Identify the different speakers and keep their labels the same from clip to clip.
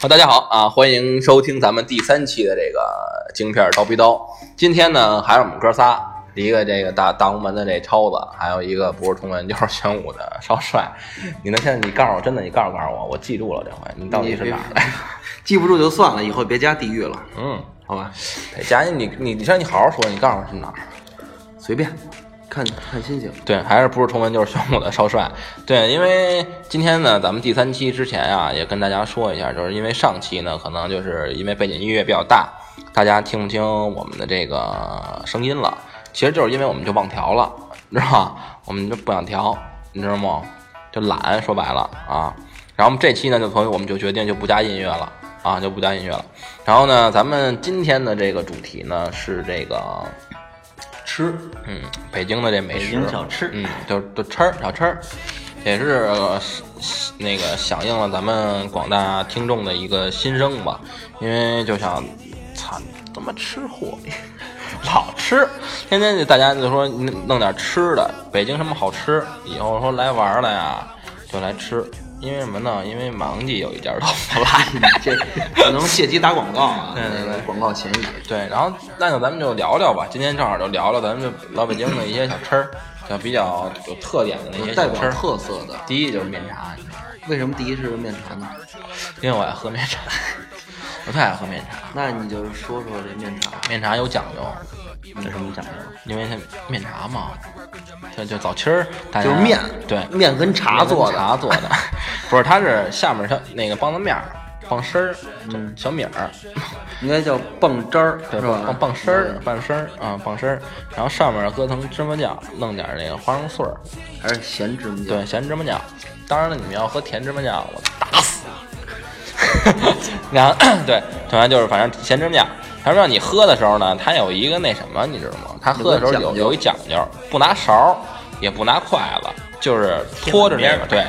Speaker 1: 好，大家好啊，欢迎收听咱们第三期的这个京片儿刀逼刀。今天呢，还是我们哥仨，一个这个大大红门的这超子，还有一个不是同门就是玄武的少帅。你能现在你告诉我，真的你告诉告诉我，我记住了这回，你到底是哪儿的？
Speaker 2: 记不住就算了，以后别加地域了，
Speaker 1: 嗯，
Speaker 2: 好吧？
Speaker 1: 对佳音，你你你先你好好说，你告诉我是哪儿？
Speaker 2: 随便，看看心情。
Speaker 1: 对，还是不是同门就是玄武的少帅。对，因为今天呢，咱们第三期之前啊，也跟大家说一下，就是因为上期呢，可能就是因为背景音乐比较大，大家听不清我们的这个声音了。其实就是因为我们就忘调了，你知道吗？我们就不想调，你知道吗？就懒，说白了啊。然后我们这期呢，就所以我们就决定就不加音乐了啊，就不加音乐了。然后呢，咱们今天的这个主题呢是这个
Speaker 3: 吃
Speaker 1: 嗯，北京的这美食，
Speaker 3: 北京小吃
Speaker 1: 嗯，就就吃儿小吃儿，也是、呃是是那个响应了咱们广大听众的一个心声吧，因为就想，操，他妈吃货， 老吃，天天就大家就说弄弄点吃的，北京什么好吃，以后说来玩儿了呀，就来吃，因为什么呢？因为忙季有一家豆腐辣，
Speaker 2: 这不能借机打广告啊！
Speaker 1: 对对对
Speaker 2: 那个广告前语。
Speaker 1: 对，然后那就咱们就聊聊吧，今天正好就聊聊咱们这老北京的一些小吃儿，就比较有特点的那些
Speaker 2: 代
Speaker 1: 小
Speaker 2: 表
Speaker 1: 吃儿。
Speaker 2: 特色的，
Speaker 1: 第一就是面茶，你知道吗？
Speaker 2: 为什么第一是面茶呢？
Speaker 1: 因为我爱喝面茶，我太爱喝面茶。
Speaker 2: 那你就说说这面茶，
Speaker 1: 面茶有讲究，
Speaker 2: 有什么讲究？
Speaker 1: 因为它面茶嘛，就就早期儿大家
Speaker 2: 就是面，
Speaker 1: 哎对
Speaker 2: 面跟茶做的，
Speaker 1: 茶做的，不是它是下面它那个棒子面儿、棒身儿、
Speaker 2: 嗯
Speaker 1: 小米儿，
Speaker 2: 应该叫棒汁儿，
Speaker 1: 对，
Speaker 2: 是吧？嗯
Speaker 1: 棒棒身儿、棒身儿啊、棒身儿，然后上面搁层芝麻酱，弄点儿那个花生碎儿，
Speaker 2: 还是咸芝麻酱？
Speaker 1: 对，咸芝麻酱。当然了，你们要喝甜芝麻酱，我打死你。 然后 对，反正就是反正咸芝麻酱。他说让你喝的时候呢，他有一个那什么，你知道吗？他喝的时候
Speaker 2: 有
Speaker 1: 有有
Speaker 2: 个讲究
Speaker 1: 一讲究，不拿勺儿，也不拿筷子，就是拖着那个对，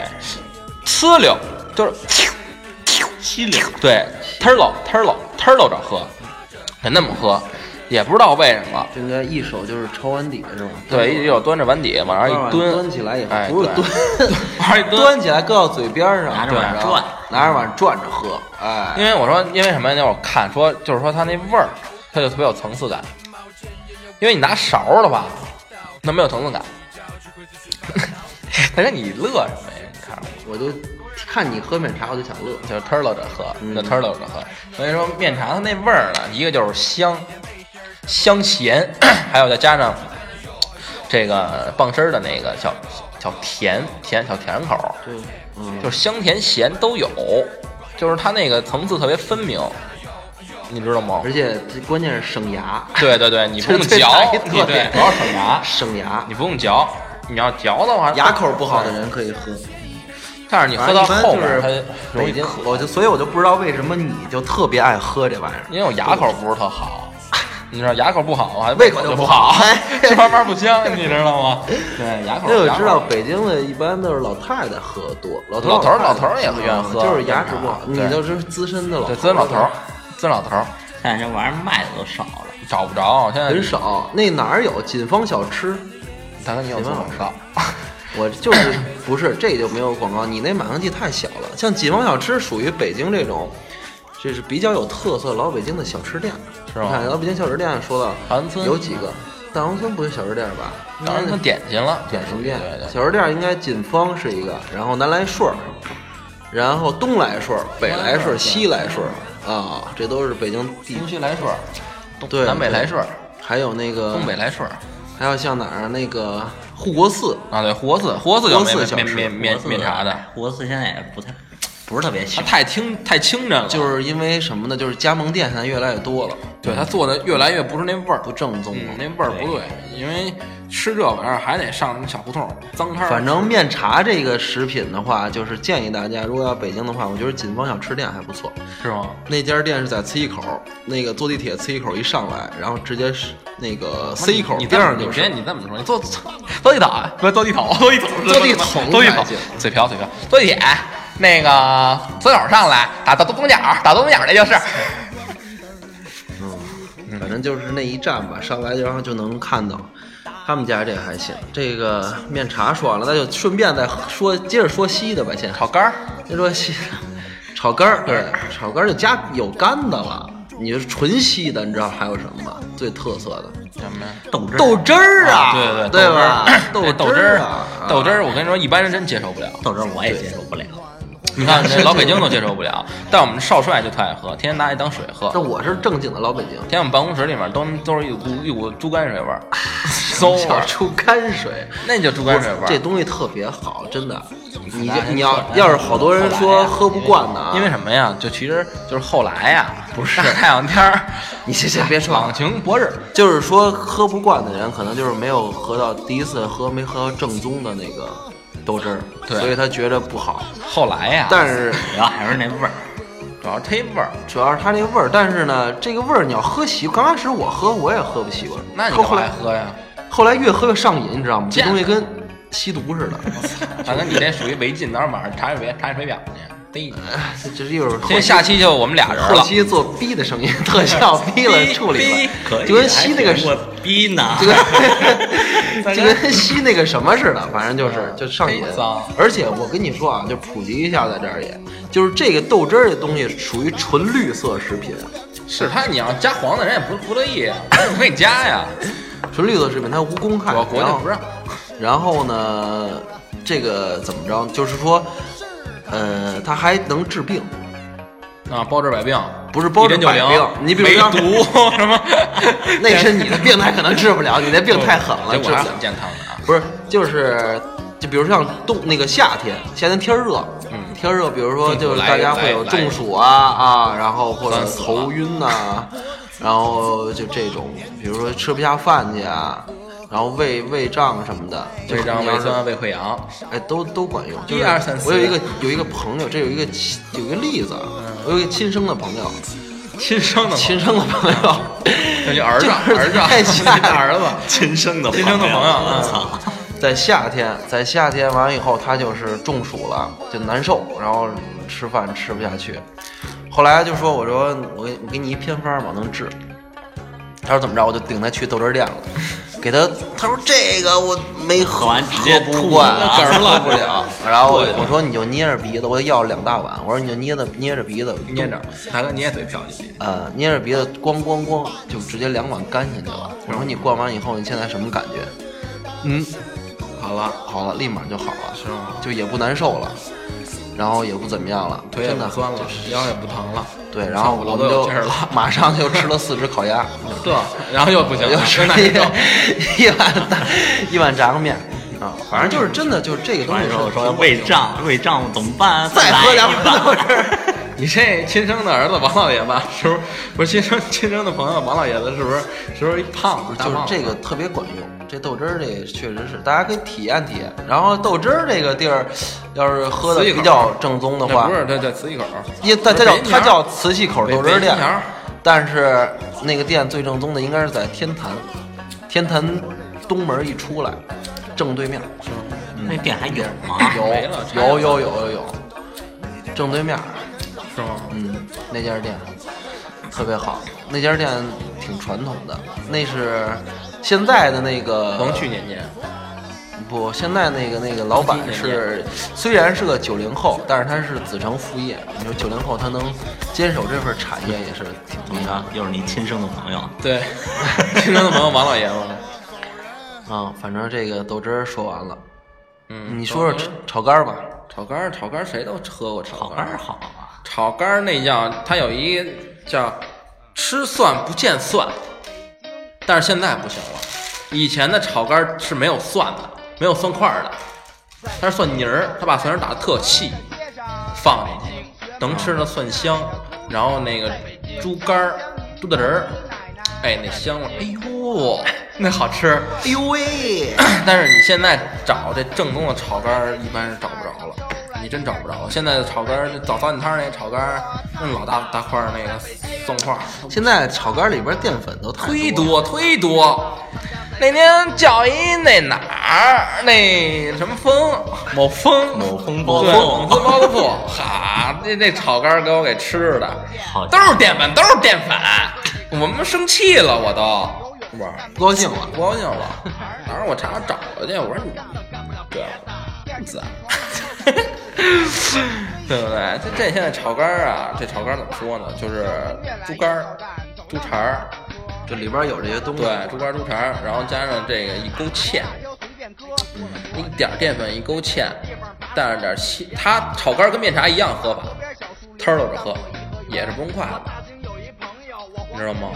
Speaker 1: 呲溜，就是
Speaker 3: 西柳，
Speaker 1: 对呲溜呲溜呲溜着喝，得那么喝，也不知道为什么。
Speaker 2: 这应该一手就是抄完底的是吧？
Speaker 1: 对，一手端着碗底往上一
Speaker 2: 端着碗
Speaker 1: 哎蹲，
Speaker 2: 端起来以后
Speaker 1: 哎
Speaker 2: 不是
Speaker 1: 对
Speaker 2: 蹲，
Speaker 1: 往上一蹲
Speaker 2: 端起来搁到嘴边上，
Speaker 3: 拿着碗
Speaker 2: 对
Speaker 3: 转，
Speaker 2: 拿着碗转着喝，哎，
Speaker 1: 因为我说，因为什么呀？我看说，就是说它那味儿，它就特别有层次感。因为你拿勺儿的吧，那没有层次感。 大家你乐什么呀？你看我
Speaker 2: 我就看你喝面茶，我就想乐。
Speaker 1: 就 t u r 着喝，
Speaker 2: 嗯
Speaker 1: 就 t u r 着喝。所以说面茶它那味儿呢，一个就是香，香咸，还有再加上这个棒身儿的那个小小甜甜小甜口儿，
Speaker 2: 对，嗯，
Speaker 1: 就是香甜咸都有，就是它那个层次特别分明，你知道吗？
Speaker 2: 而且这关键是省牙，
Speaker 1: 对对对， 你不用
Speaker 2: 这最
Speaker 1: 嚼
Speaker 2: 大一，
Speaker 1: 你
Speaker 2: 特
Speaker 1: 对
Speaker 2: 点，
Speaker 1: 主要省牙，
Speaker 2: 省牙。
Speaker 1: 你不用嚼，你要嚼的话，
Speaker 2: 牙口不好的，人可以喝，
Speaker 1: 但是你
Speaker 2: 你
Speaker 1: 喝到后面它
Speaker 2: 就是
Speaker 1: 容
Speaker 2: 北
Speaker 1: 易
Speaker 2: 京
Speaker 1: 渴，，
Speaker 2: 我就所以我就不知道为什么你就特别爱喝这玩意儿。
Speaker 1: 因为我牙口不是特 好，你知道牙口不好，我还
Speaker 2: 胃口
Speaker 1: 就
Speaker 2: 就不
Speaker 1: 好
Speaker 2: 好，
Speaker 1: 吃慢慢不香，你知道吗？对，牙口。
Speaker 2: 因为我
Speaker 1: 牙口
Speaker 2: 知道北京的一般都是老太太喝多，老头
Speaker 1: 老头儿
Speaker 2: 老太太
Speaker 1: 老头儿也愿意喝啊
Speaker 2: 就是牙齿不好。
Speaker 1: 对
Speaker 2: 你就是资深的老头
Speaker 1: 对，
Speaker 2: 儿，
Speaker 1: 尊老头儿，尊老头儿
Speaker 3: 但是这玩意儿卖的都少了，
Speaker 1: 找不着，现在
Speaker 2: 很。少。那哪儿有锦芳小吃？
Speaker 1: 大哥，你有
Speaker 2: 你
Speaker 1: 做
Speaker 2: 问
Speaker 1: 广告？
Speaker 2: 我就是 不是这就没有广告，你那满汉季太小了。像锦芳小吃属于北京这种，这是比较有特色老北京的小吃店，
Speaker 1: 是吗
Speaker 2: 你看老北京小吃店说到
Speaker 1: 大安村
Speaker 2: 有几个，大王村不是小吃店吧？
Speaker 1: 当然，他点心了，
Speaker 2: 点心店
Speaker 1: 对对，对。
Speaker 2: 小吃店应该锦芳是一个，然后南来顺儿，然后东来顺儿、北来顺儿、西来顺儿啊，这都是北京地
Speaker 1: 东
Speaker 2: 区。
Speaker 1: 西来顺儿，东
Speaker 2: 对嗯
Speaker 1: 南北来顺儿，
Speaker 2: 还有那个
Speaker 1: 东北，来顺儿。
Speaker 2: 还有像哪儿啊那个护国寺，
Speaker 1: 啊，对，护国寺，护国寺
Speaker 2: 护
Speaker 1: 就
Speaker 2: 国
Speaker 1: 面
Speaker 2: 寺小
Speaker 1: 面
Speaker 2: 吃
Speaker 1: 面面面茶的，
Speaker 3: 护国寺现在也不太不是特别
Speaker 1: 它
Speaker 3: 行。
Speaker 1: 太清太清真了，
Speaker 2: 就是因为什么呢？就是加盟店现在越来越多了，
Speaker 1: 对它做的越来越不是那味儿，
Speaker 2: 不正宗了。
Speaker 1: 嗯，那味儿不对，因为吃这玩意儿还得上小胡同儿脏摊儿。
Speaker 2: 反正面茶这个食品的话，就是建议大家，如果要北京的话，我觉得锦芳小吃店还不错。
Speaker 1: 是吗？
Speaker 2: 那家店是在 C 口，那个坐地铁 C 口一上来，然后直接是那个 C 口
Speaker 1: 哦你
Speaker 2: 边上就
Speaker 1: 别
Speaker 2: 是。
Speaker 1: 你这么说，你坐 坐地塔，不是坐地 桶，坐地桶，
Speaker 2: 坐地桶
Speaker 1: 坐地桶
Speaker 2: 还行，
Speaker 1: 嘴瓢嘴瓢，坐地铁那个左手上来，打到东角，打东角那就是。
Speaker 2: 嗯，反正就是那一站吧，上来然后就能看到。他们家这个还行，这个面茶说完了，那就顺便再说，接着说稀的吧，先
Speaker 1: 炒肝儿，
Speaker 2: 先说稀。炒肝儿，对，炒肝儿就加有干的了，你就是纯稀的，你知道还有什么吗？最特色的
Speaker 1: 什么呀？
Speaker 3: 豆汁儿
Speaker 2: 豆汁儿啊，
Speaker 1: 对
Speaker 2: 对吧？
Speaker 1: 对
Speaker 2: 豆
Speaker 1: 豆汁儿
Speaker 2: 啊，
Speaker 1: 豆汁儿，我跟你说，一般人真接受不了。
Speaker 3: 豆汁儿我也接受不了。
Speaker 1: 你看，这老北京都接受不了，但我们少帅就特爱喝，天天拿去当水喝。
Speaker 2: 但我是正经的老北京，
Speaker 1: 天天我们办公室里面都都是一股一股猪肝水 味儿，馊味
Speaker 2: 小
Speaker 1: 儿，
Speaker 2: 出泔水。
Speaker 1: 那就猪肝啊水味儿。
Speaker 2: 这东西特别好，真的。你
Speaker 1: 咱
Speaker 2: 这
Speaker 1: 咱
Speaker 2: 你要
Speaker 1: 咱
Speaker 2: 要是好多
Speaker 1: 后
Speaker 2: 人
Speaker 1: 来
Speaker 2: 说
Speaker 1: 呀
Speaker 2: 喝不惯的啊，
Speaker 1: 因为什么呀？就其实就是后来呀，不是大太阳天儿，
Speaker 2: 你先先别说啊
Speaker 1: 朗，晴博日，
Speaker 2: 就是说喝不惯的人，可能就是没有喝到第一次喝没喝到正宗的那个豆汁儿，
Speaker 1: 对
Speaker 2: 所以他觉得不好。
Speaker 1: 后来呀，
Speaker 2: 但是
Speaker 3: 主要还是那味儿，
Speaker 1: 主要是忒味儿。
Speaker 2: 主要是它那味儿，但是呢，这个味儿你要喝习，刚开始我喝我也喝不习惯，
Speaker 1: 那你
Speaker 2: 喝
Speaker 1: 干
Speaker 2: 后
Speaker 1: 嘛
Speaker 2: 来
Speaker 1: 喝呀？
Speaker 2: 后来越喝越上瘾，你知道吗？这
Speaker 1: 见
Speaker 2: 东西跟吸毒似的。
Speaker 1: 反正你这属于违禁，到时候晚上查水表查水表去。得，
Speaker 2: 哎这这就是后
Speaker 1: 这下期就我们俩人
Speaker 2: 后
Speaker 1: 了。
Speaker 2: 期做逼的声音，特效逼了处理了，
Speaker 3: 可以。
Speaker 2: 就跟吸那个
Speaker 3: 我逼呢，
Speaker 2: 就 跟就跟吸那个什么似的，反正就是就上瘾
Speaker 1: 嗯非常。
Speaker 2: 而且我跟你说啊，就普及一下，在这儿也就是这个豆汁儿这东西属于纯绿色食品，
Speaker 1: 是他，你要加黄的人也不不乐意啊，我给你加 呀。
Speaker 2: 纯绿色食品它无公害，
Speaker 1: 我国
Speaker 2: 然
Speaker 1: 家
Speaker 2: 后
Speaker 1: 不让。
Speaker 2: 然后呢，这个怎么着？就是说，呃，它还能治病，
Speaker 1: 啊，包治百病，
Speaker 2: 不是包治百病
Speaker 1: 190
Speaker 2: 你比如像
Speaker 1: 梅毒什么，
Speaker 2: 那是你的病，它可能治不了，你那病太狠 了，
Speaker 1: 这
Speaker 2: 治
Speaker 1: 我
Speaker 2: 不
Speaker 1: 还
Speaker 2: 了
Speaker 1: 是。很健康的啊。
Speaker 2: 不是，就是就比如像冬那个夏天，夏天天儿热，
Speaker 1: 嗯
Speaker 2: 天儿热，比如
Speaker 1: 中
Speaker 2: 说
Speaker 1: 暑
Speaker 2: 就是
Speaker 1: 来
Speaker 2: 大家
Speaker 1: 来
Speaker 2: 会有
Speaker 1: 来
Speaker 2: 中暑啊啊，然后或者
Speaker 1: 酸死了
Speaker 2: 头晕呐、然后就这种，比如说吃不下饭去啊，然后胃胃胀什么的，就
Speaker 1: 胃胀、
Speaker 2: 你要
Speaker 1: 胃
Speaker 2: 是
Speaker 1: 酸、胃溃疡，
Speaker 2: 哎，都都管用。就是
Speaker 1: 一二三四
Speaker 2: 我有一个有一个朋友，这有一个亲有一个例子，啊
Speaker 1: 嗯
Speaker 2: 我有一个亲生的朋友，
Speaker 1: 亲生的嘛，
Speaker 2: 亲生的朋友，
Speaker 1: 那就儿子，
Speaker 2: 就是
Speaker 1: 儿子，
Speaker 2: 太吓人
Speaker 1: 那儿子，
Speaker 3: 亲生的啊
Speaker 1: 亲生的 朋友
Speaker 3: 我
Speaker 1: 嗯
Speaker 3: 操，
Speaker 2: 在夏天，在夏天完了以后，他就是中暑了，就难受，然后吃饭吃不下去。后来就说：“我说我给我给你一偏方吧，能治。”他说：“怎么着？”我就领他去豆汁儿店了，给他他说：“这个我没喝
Speaker 3: 喝完直接
Speaker 2: 喝不
Speaker 3: 吐
Speaker 2: 惯，啊
Speaker 3: 了
Speaker 2: 喝不 了。”然后我我说：“你就捏着鼻子，我要两大碗。”我说：“你就捏着捏着鼻子，
Speaker 1: 捏着，大哥你也嘴瓢气，
Speaker 2: 呃，捏着鼻子咣咣咣就直接两碗干下去了。我说你
Speaker 3: 嗯
Speaker 2: 灌完以后你现在什么感觉？嗯，好了好了，立马就好了，
Speaker 1: 是吗？
Speaker 2: 就也不难受了，然后也不怎么样了，
Speaker 1: 腿也
Speaker 2: 真
Speaker 1: 不
Speaker 2: 的
Speaker 1: 酸了，腰也不疼了，
Speaker 2: 对，然后
Speaker 1: 上
Speaker 2: 我
Speaker 1: 楼
Speaker 2: 们
Speaker 1: 都有
Speaker 2: 就
Speaker 1: 劲儿了
Speaker 2: 马上就吃了四只烤鸭，
Speaker 1: 呵，然后又 不行了，
Speaker 2: 又吃
Speaker 1: 真
Speaker 2: 了
Speaker 1: 难
Speaker 2: 一
Speaker 1: 受。
Speaker 2: 一碗大一碗炸酱面啊，反正就是真的就是这个东西
Speaker 3: 完
Speaker 2: 是
Speaker 3: 之后
Speaker 2: 挺
Speaker 3: 说
Speaker 2: 有
Speaker 3: 胃胀，胃胀怎么办啊？
Speaker 2: 再喝两
Speaker 3: 来一
Speaker 2: 碗豆
Speaker 3: 碗。
Speaker 2: 汁 儿。
Speaker 1: 你这亲生的儿子王老爷子是不是？不是亲生亲生的朋友王老爷子是不是？是不是一胖子？大
Speaker 2: 就是
Speaker 1: 胖子
Speaker 2: 这个特别管用，这豆汁儿这确实是，大家可以体验体验。然后豆汁儿这个地儿，要是喝的
Speaker 1: 死一口
Speaker 2: 比较正宗的
Speaker 1: 这
Speaker 2: 话
Speaker 1: 不，是这这瓷器口，
Speaker 2: 因为它它叫
Speaker 1: 北京
Speaker 2: 它
Speaker 1: 窑
Speaker 2: 叫瓷器口豆汁
Speaker 1: 北
Speaker 2: 儿
Speaker 1: 京
Speaker 2: 店
Speaker 1: 窑，
Speaker 2: 但是那个店最正宗的应该是在天坛，天坛东门一出来，正对面
Speaker 3: 嗯那店还有吗？
Speaker 2: 有
Speaker 1: 没了拆了
Speaker 2: 有有有有有，正对面，
Speaker 1: 是吗？
Speaker 2: 嗯，那家店特别好，那家店挺传统的，那是现在的那个
Speaker 1: 能去年年，
Speaker 2: 不，现在那个那个老板是，虽然是个九零后，但是他是子承父业。你说九零后他能坚守这份产业也是挺
Speaker 3: 你
Speaker 2: 厉害
Speaker 3: 看，又是你亲生的朋友，
Speaker 1: 对， 亲生的朋友王老爷子，
Speaker 2: 啊。反正这个豆汁儿说完了，
Speaker 1: 嗯，
Speaker 2: 你说说炒炒肝儿吧。
Speaker 1: 炒肝儿，炒肝儿谁都喝过炒
Speaker 3: 好
Speaker 1: 肝
Speaker 3: 肝
Speaker 1: 儿
Speaker 3: 儿，好啊，
Speaker 1: 炒肝儿那叫它有一叫吃蒜不见蒜，但是现在不行了。以前的炒肝儿是没有蒜的，没有蒜块儿的，它是蒜泥儿，它把蒜泥儿打的特细，放进去，能吃的蒜香，然后那个猪肝儿、猪大仁儿，哎，那香味儿，哎呦，那好吃。
Speaker 2: 哎呦喂，
Speaker 1: 但是你现在找这正宗的炒肝儿，一般是找不着了，你真找不着。现在的炒肝儿，早早点摊儿那炒肝儿，那老大大块儿那个蒜块儿，
Speaker 2: 现在炒肝儿里边淀粉都太
Speaker 1: 忒
Speaker 2: 多了，
Speaker 1: 多忒多。那天叫一那哪儿那什么峰某峰
Speaker 3: 某峰
Speaker 1: 某
Speaker 3: 包
Speaker 1: 峰
Speaker 3: 子
Speaker 1: 某峰包子铺，哈，那那炒肝儿给我给吃的
Speaker 3: 好，
Speaker 1: 都是淀粉，都是淀粉，我们生气了，我都。不是
Speaker 2: 不高兴了。
Speaker 1: 不高兴了。当时我查找啊他去，我说你，对，你咋？ 对不对？这这现在炒肝儿啊，这炒肝儿怎么说呢？就是猪肝儿、猪肠儿，
Speaker 2: 这里边有这些东西。
Speaker 1: 对，猪肝儿、猪肠儿，然后加上这个一勾芡，一点儿淀粉一勾芡，带着点儿芡。它炒肝儿跟面茶一样喝法，摊儿搂着喝，也是不用筷子，你知道吗？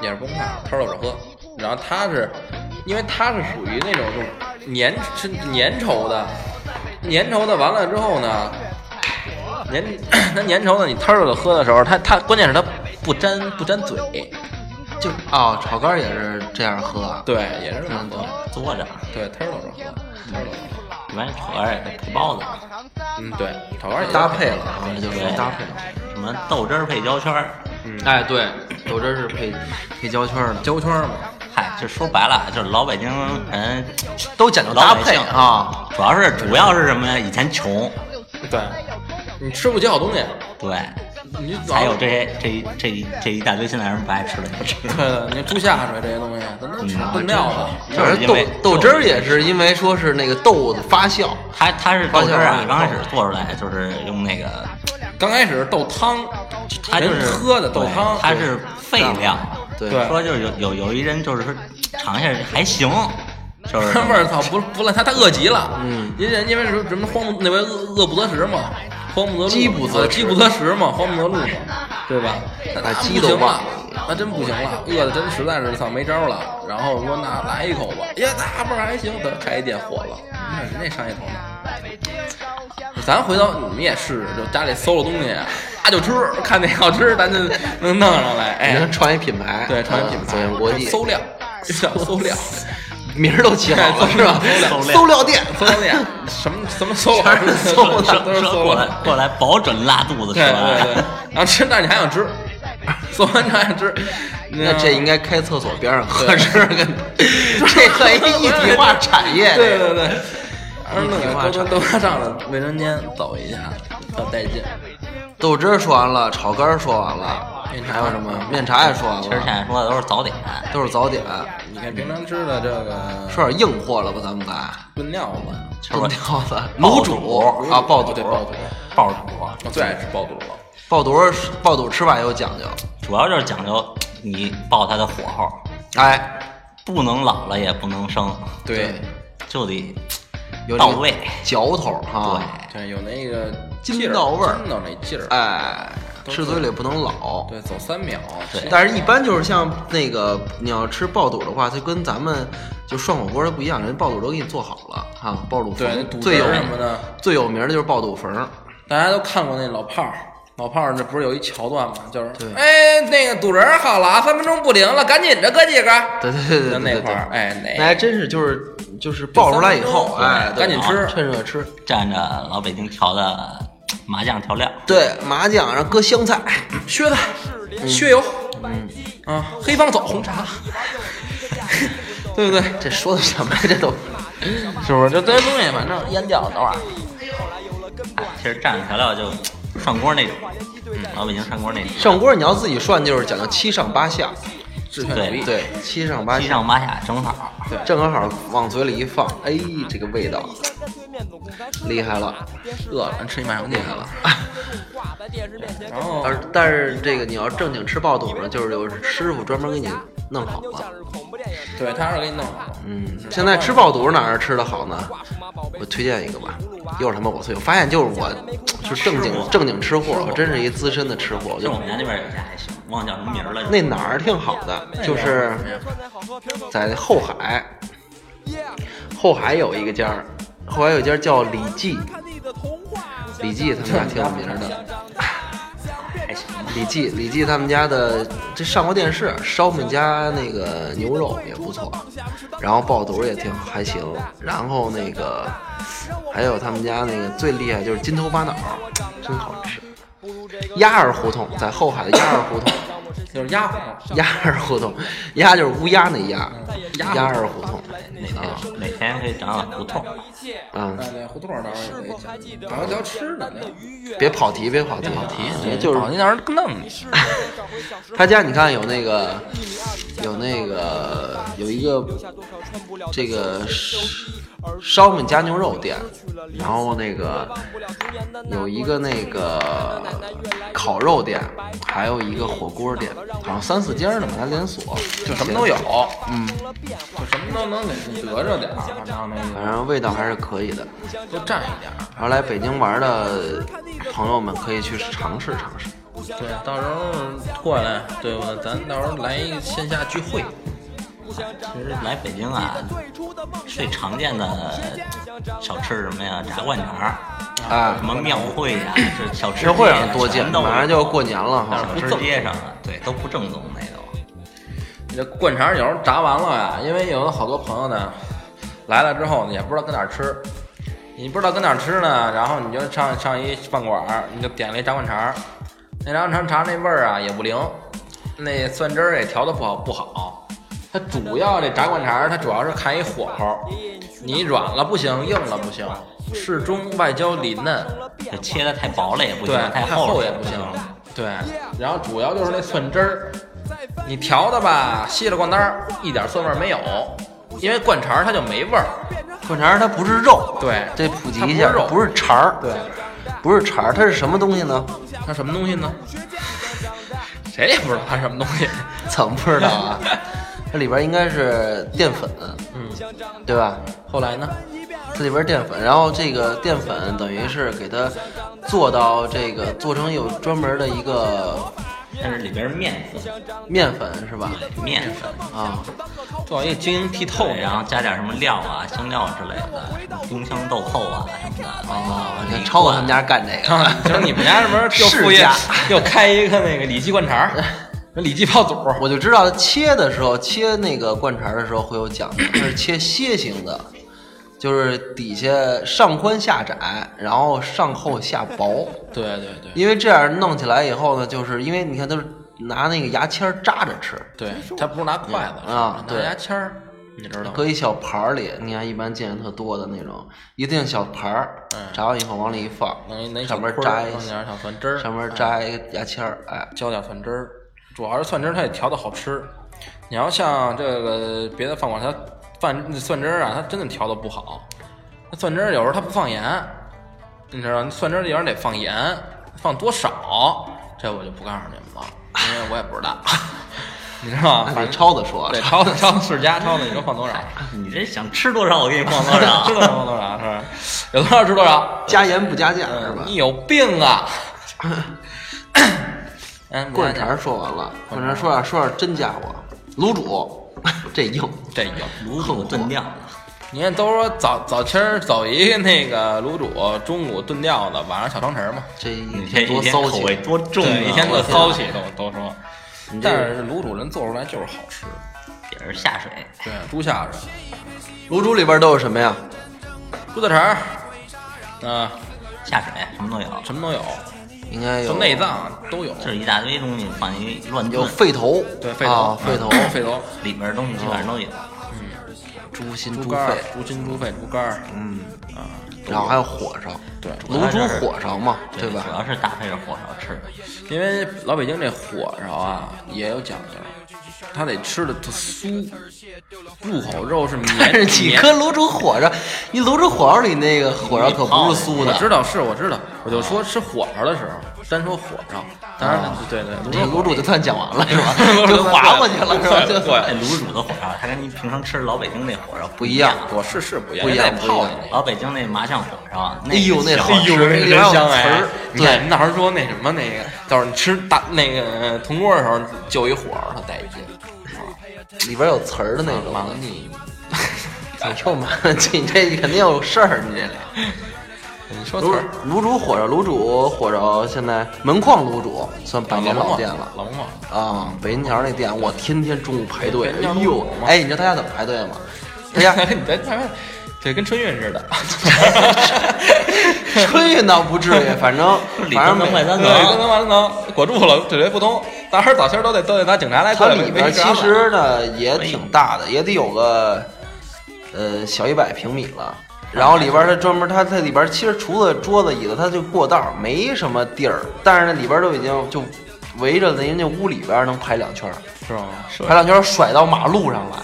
Speaker 1: 也是不用筷子，摊儿搂着喝。然后它是，因为它是属于那种就是粘是粘稠的，粘稠的完了之后呢，粘 它粘稠的你摊儿着喝的时候，它它关键是它不粘不粘嘴，
Speaker 2: 就哦，炒肝也是这样喝啊？
Speaker 1: 对，也是这么喝。
Speaker 3: 坐着，
Speaker 1: 对，摊儿搂着喝，摊儿搂着喝。
Speaker 3: 一般炒肝也配包子，
Speaker 1: 嗯，对，炒肝也
Speaker 2: 搭配了啊，这就是
Speaker 3: 对
Speaker 2: 搭配了。
Speaker 3: 什么豆汁儿配焦圈儿，
Speaker 1: 嗯
Speaker 2: 哎，对，豆汁儿是配配焦圈儿的，
Speaker 1: 焦圈嘛，
Speaker 3: 嗨，就说白了，就是老北京人
Speaker 2: 都讲究搭配啊。，
Speaker 3: 主要是主要是什么呀？以前穷，
Speaker 1: 对，你吃不起好东西，
Speaker 3: 对，
Speaker 1: 你早
Speaker 3: 才有这些这一这一这一大堆现在人不爱吃的东西。
Speaker 1: 对的，你猪下水这些东西，咱都吃
Speaker 3: 嗯
Speaker 1: 炖料的。
Speaker 3: 就
Speaker 2: 反
Speaker 3: 是
Speaker 2: 正
Speaker 3: 因
Speaker 2: 豆
Speaker 3: 为
Speaker 2: 豆汁儿也是因为说是那个豆子发酵，
Speaker 3: 它它是豆汁儿
Speaker 2: 发酵
Speaker 3: 啊，
Speaker 2: 了
Speaker 3: 刚开始做出来就是用那个，
Speaker 1: 刚开始豆汤，
Speaker 3: 它就是
Speaker 1: 人喝的豆
Speaker 3: 对
Speaker 1: 汤
Speaker 3: 它是废料。
Speaker 2: 对
Speaker 1: 对
Speaker 3: 说就是有有有一人就是说尝一下还行，就是
Speaker 1: 味儿操不不赖，他他饿极了。嗯，因为因为什么荒木那位饿饿不择食嘛，荒木择
Speaker 2: 饥不择食
Speaker 1: 饥不择食嘛，荒木择路嘛，对吧？那
Speaker 2: 把
Speaker 1: 那不
Speaker 2: 鸡都
Speaker 1: 行
Speaker 2: 忘
Speaker 1: 了
Speaker 2: 了，
Speaker 1: 那真不行了，饿的真实在是操没招了。然后说那来一口吧，哎呀，那味儿还行，咱开一店火了，那人那商业头脑。咱回头你们也试试，就家里搜了东西，那就吃，看哪好吃咱就能弄上来。
Speaker 2: 你
Speaker 1: 哎
Speaker 2: 看，创业品牌，啊
Speaker 1: 对，创业品牌
Speaker 2: 走向国际，
Speaker 1: 搜料，就叫搜料。
Speaker 2: 名儿都起好了
Speaker 1: 对
Speaker 2: 是吧？
Speaker 3: 搜料
Speaker 2: 搜料店，
Speaker 1: 搜店，什么什么搜，
Speaker 2: 全是搜
Speaker 1: 都
Speaker 2: 的
Speaker 1: 都是
Speaker 3: 说
Speaker 1: 搜
Speaker 3: 过来过来保准拉肚子
Speaker 1: 对
Speaker 3: 是
Speaker 1: 对对
Speaker 3: 吧？，
Speaker 1: 然后吃，但是你还想吃，搜完你还想吃，
Speaker 2: 那这应
Speaker 1: 该
Speaker 2: 该开厕所边上合适，跟这算一一体化产业。
Speaker 1: 对对对，而
Speaker 2: 一体化
Speaker 1: 那
Speaker 2: 产
Speaker 1: 个都都上了卫生间走一下，特带劲。
Speaker 2: 豆汁儿说完了，炒肝儿说完了，还有什么面茶也说完
Speaker 3: 其实现
Speaker 2: 了，
Speaker 3: 在说的都是早点，
Speaker 2: 都是早点，
Speaker 1: 你看平常吃的这个
Speaker 2: 说点硬货了吧？咱们咱
Speaker 1: 炖料子，
Speaker 3: 吃
Speaker 2: 炖
Speaker 3: 过
Speaker 2: 料子、 卤煮啊，爆肚
Speaker 1: 哦对爆肚，
Speaker 3: 爆肚，
Speaker 1: 我最爱吃爆肚了。
Speaker 2: 爆肚儿爆肚吃法有讲究，
Speaker 3: 主要就是讲究你爆它的火候，
Speaker 2: 哎，
Speaker 3: 不能老了也不能生，
Speaker 1: 对
Speaker 3: 就得
Speaker 2: 有这
Speaker 3: 到
Speaker 2: 个
Speaker 3: 位。
Speaker 2: 嚼头哈，
Speaker 1: 对，有那个
Speaker 2: 筋
Speaker 1: 劲儿
Speaker 2: 道味儿
Speaker 1: 筋道那劲儿。
Speaker 2: 哎，吃嘴里不能老。
Speaker 1: 对，走三秒。
Speaker 3: 对
Speaker 2: 但是，一般就是像那个，你要吃爆肚的话，就跟咱们就涮火锅它不一样，人爆肚都给你做好了哈、爆肚
Speaker 1: 对，那
Speaker 2: 缝
Speaker 1: 肚
Speaker 2: 最
Speaker 1: 汁
Speaker 2: 有
Speaker 1: 儿什么的，
Speaker 2: 最有名的就是爆肚缝，
Speaker 1: 大家都看过那老炮儿，老炮儿这不是有一桥段吗？就是
Speaker 2: 对
Speaker 1: 哎，那个赌人儿好了啊，三分钟不灵了，赶紧的搁几个。
Speaker 2: 对对对对
Speaker 1: 就
Speaker 2: 对
Speaker 1: 那
Speaker 2: 对
Speaker 1: 块儿，
Speaker 2: 对，
Speaker 1: 哎，
Speaker 2: 那
Speaker 1: 那
Speaker 2: 还真是就是就是爆出来以后，
Speaker 1: 对
Speaker 2: 哎，对
Speaker 1: 赶紧吃
Speaker 2: 趁热吃。
Speaker 3: 蘸着老北京调的麻酱调料，
Speaker 2: 对麻酱，然后搁香菜，
Speaker 1: 靴子、靴油，嗯啊，黑方枣红茶，对 不对？
Speaker 2: 这说的什么呀？这 都
Speaker 1: 是不是？就这些东西，反正腌掉等会儿。
Speaker 3: 哎其实蘸着调料就涮锅那种，嗯老北京涮锅那种，
Speaker 2: 涮锅你要自己涮，就是讲究七上八下，
Speaker 1: 志愿主义，
Speaker 2: 对，七上八
Speaker 3: 七
Speaker 2: 下，
Speaker 3: 上八下正好。
Speaker 2: 正好往嘴里一放，哎，这个味道 厉害了。
Speaker 1: 饿了， 吃一麻酱
Speaker 2: 厉
Speaker 1: 面
Speaker 2: 害 了
Speaker 1: 了。。然
Speaker 4: 然后
Speaker 1: 后
Speaker 2: 而但是这个你要正经吃爆肚呢，就是有师傅专门给你弄好了。
Speaker 1: 对，他是给你弄好。
Speaker 2: 嗯，现在吃爆肚哪儿吃的好呢？我推荐一个吧，又是他妈我推，我发现就是我就是正经正经吃货，我真是一资深的吃货。我
Speaker 3: 就
Speaker 2: 就
Speaker 3: 我们家那边有一家还行，忘了叫什么名儿了。
Speaker 2: 那哪儿挺好的，就是在后海，后海有一个家儿，后海有一家叫李记，李记他们家挺有名儿的。哎
Speaker 3: 还行，
Speaker 2: 李记，李记他们家的这上过电视，烧饼加那个牛肉也不错，然后爆肚也挺还行，然后那个还有他们家那个最厉害就是金头巴脑，真好吃。鸭儿胡同在后海的鸭儿胡同，
Speaker 1: 就是鸭嘛，
Speaker 2: 鸭儿胡同，鸭就是乌鸦那鸭，
Speaker 1: 鸭
Speaker 2: 鸭儿胡同，
Speaker 3: 哪天哪天可以找找胡同，
Speaker 2: 啊、
Speaker 1: 哎，对，胡同儿到时候也可以讲。然后聊吃的呢，
Speaker 2: 别跑题，别跑题，
Speaker 1: 跑题
Speaker 2: 啊就是
Speaker 1: 那让人弄你。
Speaker 2: 他家你看有那个有那个有一个这个烧饼加牛肉店，然后那个有一个那个烤肉店，还有一个火锅店，好像三四家呢，还连锁，
Speaker 1: 就什么都有，
Speaker 2: 嗯，
Speaker 1: 就什么都能给得着点儿，然后那
Speaker 2: 反正味道还是可以的。
Speaker 1: 个就占一点儿。
Speaker 2: 然后来北京玩的朋友们可以去尝试尝试。
Speaker 1: 对，到时候过来，对我咱到时候来一个线下聚会，
Speaker 3: 其实来北京啊，最常见的小吃是什么呀？炸灌肠，
Speaker 2: 哎
Speaker 3: 什，么庙会呀，这小吃
Speaker 2: 社嗯会
Speaker 3: 街
Speaker 2: 上
Speaker 3: 呀
Speaker 2: 多见，
Speaker 3: 全都有
Speaker 2: 马上就要过年了
Speaker 3: 但
Speaker 2: 哈
Speaker 3: 是。不正街上啊，对，都不正宗那都。
Speaker 1: 你这灌肠有时候炸完了呀，因为有的好多朋友呢，来了之后呢也不知道跟哪儿吃，你不知道跟哪儿吃呢，然后你就上上一饭馆儿，你就点了一炸灌肠，那炸灌肠肠那味儿啊也不灵，那蒜汁儿也调的不好不好。它主要这炸灌肠，它主要是看一火候，你软了不行，硬了不行，适中外焦里嫩，
Speaker 3: 就切的太薄了也不行
Speaker 1: 对，，
Speaker 3: 太
Speaker 1: 太
Speaker 3: 厚
Speaker 1: 厚
Speaker 3: 了
Speaker 1: 也
Speaker 3: 不
Speaker 1: 不行，对。然后主要就是那蒜汁儿，你调的吧，稀了咣当儿，一点蒜味儿没有，因为灌肠儿它就没味儿，
Speaker 2: 灌肠它不是肉，
Speaker 1: 对，
Speaker 2: 这普及
Speaker 1: 它不
Speaker 2: 一
Speaker 1: 是
Speaker 2: 下
Speaker 1: 肉，
Speaker 2: 不是肠儿，
Speaker 1: 对，
Speaker 2: 不是肠儿，它是什么东西呢？
Speaker 1: 它什么东西呢？ 谁也不知道它什么东西，
Speaker 2: 怎么不知 道啊？它里边应该是淀粉，
Speaker 1: 嗯。
Speaker 2: 对吧？
Speaker 1: 后来呢？
Speaker 2: 它里边淀粉，然后这个淀粉等于是给它做到这个做成有专门的一个
Speaker 3: 但是里边是面粉，
Speaker 2: 面粉是吧？
Speaker 3: 对，面粉，
Speaker 1: 嗯
Speaker 2: 啊，
Speaker 1: 做一个晶莹剔透
Speaker 3: 对，
Speaker 1: 的，
Speaker 3: 然后加点什么料啊、香料之类的，什么丁香豆蔻啊什么的。哦
Speaker 2: 你看超哥他们家干这 个，
Speaker 1: 啊 就是你们家是不是又副
Speaker 2: 世
Speaker 1: 业
Speaker 2: 家
Speaker 1: 又开一个那个里脊灌肠 儿，里脊泡肚儿？
Speaker 2: 我就知道切的时候切那个灌肠的时候会有讲究，它是切楔形的，就是底下上宽下窄，然后上厚下薄。
Speaker 1: 对对对
Speaker 2: 因为这样弄起来以后呢，就是因为你看都是拿那个牙签儿扎着吃，
Speaker 1: 对，它不是拿筷子
Speaker 2: 啊
Speaker 1: 是
Speaker 2: 对
Speaker 1: 拿牙签儿，你知道吗？
Speaker 2: 搁一小盘儿里，你看一般见的特多的那种，一定小盘儿
Speaker 1: 嗯，
Speaker 2: 炸完以后往里一放
Speaker 1: 弄一弄，一小
Speaker 2: 上面
Speaker 1: 棍儿
Speaker 2: 扎
Speaker 1: 放
Speaker 2: 一
Speaker 1: 点小蒜汁儿，
Speaker 2: 上面
Speaker 1: 嗯
Speaker 2: 扎一个牙签儿，哎，
Speaker 1: 浇点蒜汁儿，主要是蒜汁儿它也调的好吃。你要像这个别的饭馆，它饭蒜汁儿啊，它真的调的不好。那蒜汁儿有时候它不放盐，你知道，蒜汁儿有时候得放盐，放多少，这我就不告诉你们了，因为我也不知道。 你知道吗？
Speaker 2: 那
Speaker 1: 反
Speaker 2: 得
Speaker 1: 正
Speaker 2: 超子说
Speaker 1: 对，，超的超的世家，超的你说放多少？
Speaker 3: 你这想吃多少我给你放多
Speaker 1: 知
Speaker 3: 少。
Speaker 1: 道放多少是吧？有多少吃多少。
Speaker 2: 加盐不加酱是
Speaker 1: 嗯
Speaker 2: 吧
Speaker 1: 你？有病 啊！嗯，
Speaker 2: 灌肠说完了，灌肠说点说点真家伙，卤煮， 这硬，
Speaker 1: 这有。
Speaker 3: 卤煮炖啊料，
Speaker 1: 你看，都说早早清儿走一个那个卤煮，中午炖吊子，晚上小汤匙嘛，
Speaker 2: 这一
Speaker 3: 你这
Speaker 2: 天
Speaker 3: 一
Speaker 2: 多
Speaker 3: 天
Speaker 2: 骚
Speaker 3: 口
Speaker 2: 气，
Speaker 3: 味多重啊！
Speaker 1: 对一天
Speaker 3: 我
Speaker 1: 的
Speaker 3: 操
Speaker 1: 骚气都都说。
Speaker 2: 你这
Speaker 1: 但是卤煮人做出来就是好吃，
Speaker 3: 也是下水，
Speaker 1: 对，猪下水、
Speaker 2: 卤煮里边都有什么呀？
Speaker 1: 猪大肠儿，啊，
Speaker 3: 下水什么都有，
Speaker 1: 什么都有，
Speaker 2: 应该有
Speaker 1: 就内，脏都有。
Speaker 3: 就是一大堆东西放一乱
Speaker 2: 有
Speaker 3: 炖，
Speaker 2: 肺头，
Speaker 1: 对，肺
Speaker 2: 啊
Speaker 1: 头，
Speaker 2: 肺头，
Speaker 1: 嗯肺头，
Speaker 3: 里边东西基本上都有。
Speaker 2: 哦猪心、
Speaker 1: 猪
Speaker 2: 猪
Speaker 1: 肝儿
Speaker 2: 肺，、
Speaker 1: 猪心、猪肺、猪肝儿，
Speaker 2: 嗯，
Speaker 1: 啊，都
Speaker 2: 然后还有火烧，
Speaker 1: 对，
Speaker 2: 卤煮火烧嘛，对吧
Speaker 3: 主？要是搭配着火烧吃的。
Speaker 1: 因为老北京这火烧啊也有讲究，它得吃的特酥，入口肉 是绵，
Speaker 2: 但是你
Speaker 1: 绵
Speaker 2: 搁卤煮火烧，你卤煮火烧里那个火啊烧可不是酥
Speaker 1: 我知
Speaker 2: 的，
Speaker 1: 道是，我知道，我就说吃火烧的时候，单说火烧，当然、对对，？
Speaker 2: 这哦卤煮就算讲完了是吧 就划过去了是吧？
Speaker 1: 对
Speaker 2: 就
Speaker 1: 对
Speaker 3: 哎，卤煮的火烧，它跟你平常吃老北京那火烧
Speaker 2: 不
Speaker 3: 一
Speaker 2: 一样。
Speaker 1: 我是是不一样，
Speaker 2: 不一样
Speaker 1: 那泡的那个。
Speaker 3: 老北京那麻酱火烧，啊
Speaker 2: 哎呦那
Speaker 3: 小
Speaker 2: 好吃
Speaker 1: 那个真香哎！你看
Speaker 2: 对
Speaker 1: 你到时候说那什么那个，到时候你吃大那个铜锅的时候，就一火烧，它带一劲，
Speaker 2: 里边有词儿的那种
Speaker 1: 忙 你。
Speaker 2: 你臭妈 的，你这肯定有事儿，你这里。哎
Speaker 1: 你说
Speaker 2: 卤卤煮火烧，卤煮火烧，现在门框卤煮算百年老店了
Speaker 1: 老孟，
Speaker 2: 啊！北京桥那店，我天天中午排队，
Speaker 1: 北京
Speaker 2: 哎
Speaker 1: 桥卤
Speaker 2: 呦
Speaker 1: 煮，
Speaker 2: 哎，你知道他家怎么排队吗？他
Speaker 1: 哎
Speaker 2: 家
Speaker 1: 呀， 你在台湾，对，跟春运似 的。
Speaker 2: 春运倒不至于，反正
Speaker 3: 里
Speaker 2: 反
Speaker 3: 头
Speaker 2: 正
Speaker 3: 能
Speaker 2: 每
Speaker 3: 卖单
Speaker 1: 对，跟能完能裹住了，嘴雷不通，大伙儿早先都得都得拿警察来
Speaker 2: 它
Speaker 1: 过来
Speaker 2: 里边
Speaker 1: 围
Speaker 2: 其
Speaker 1: 着了啊
Speaker 2: 实呢也挺大的，也得有个呃小一百平米了。然后里边它专门，它它里边其实除了桌子椅子，它就过道儿没什么地儿，但是那里边都已经就围着人家屋里边能排两圈儿，
Speaker 1: 是吗？
Speaker 2: 排两圈儿甩到马路上来，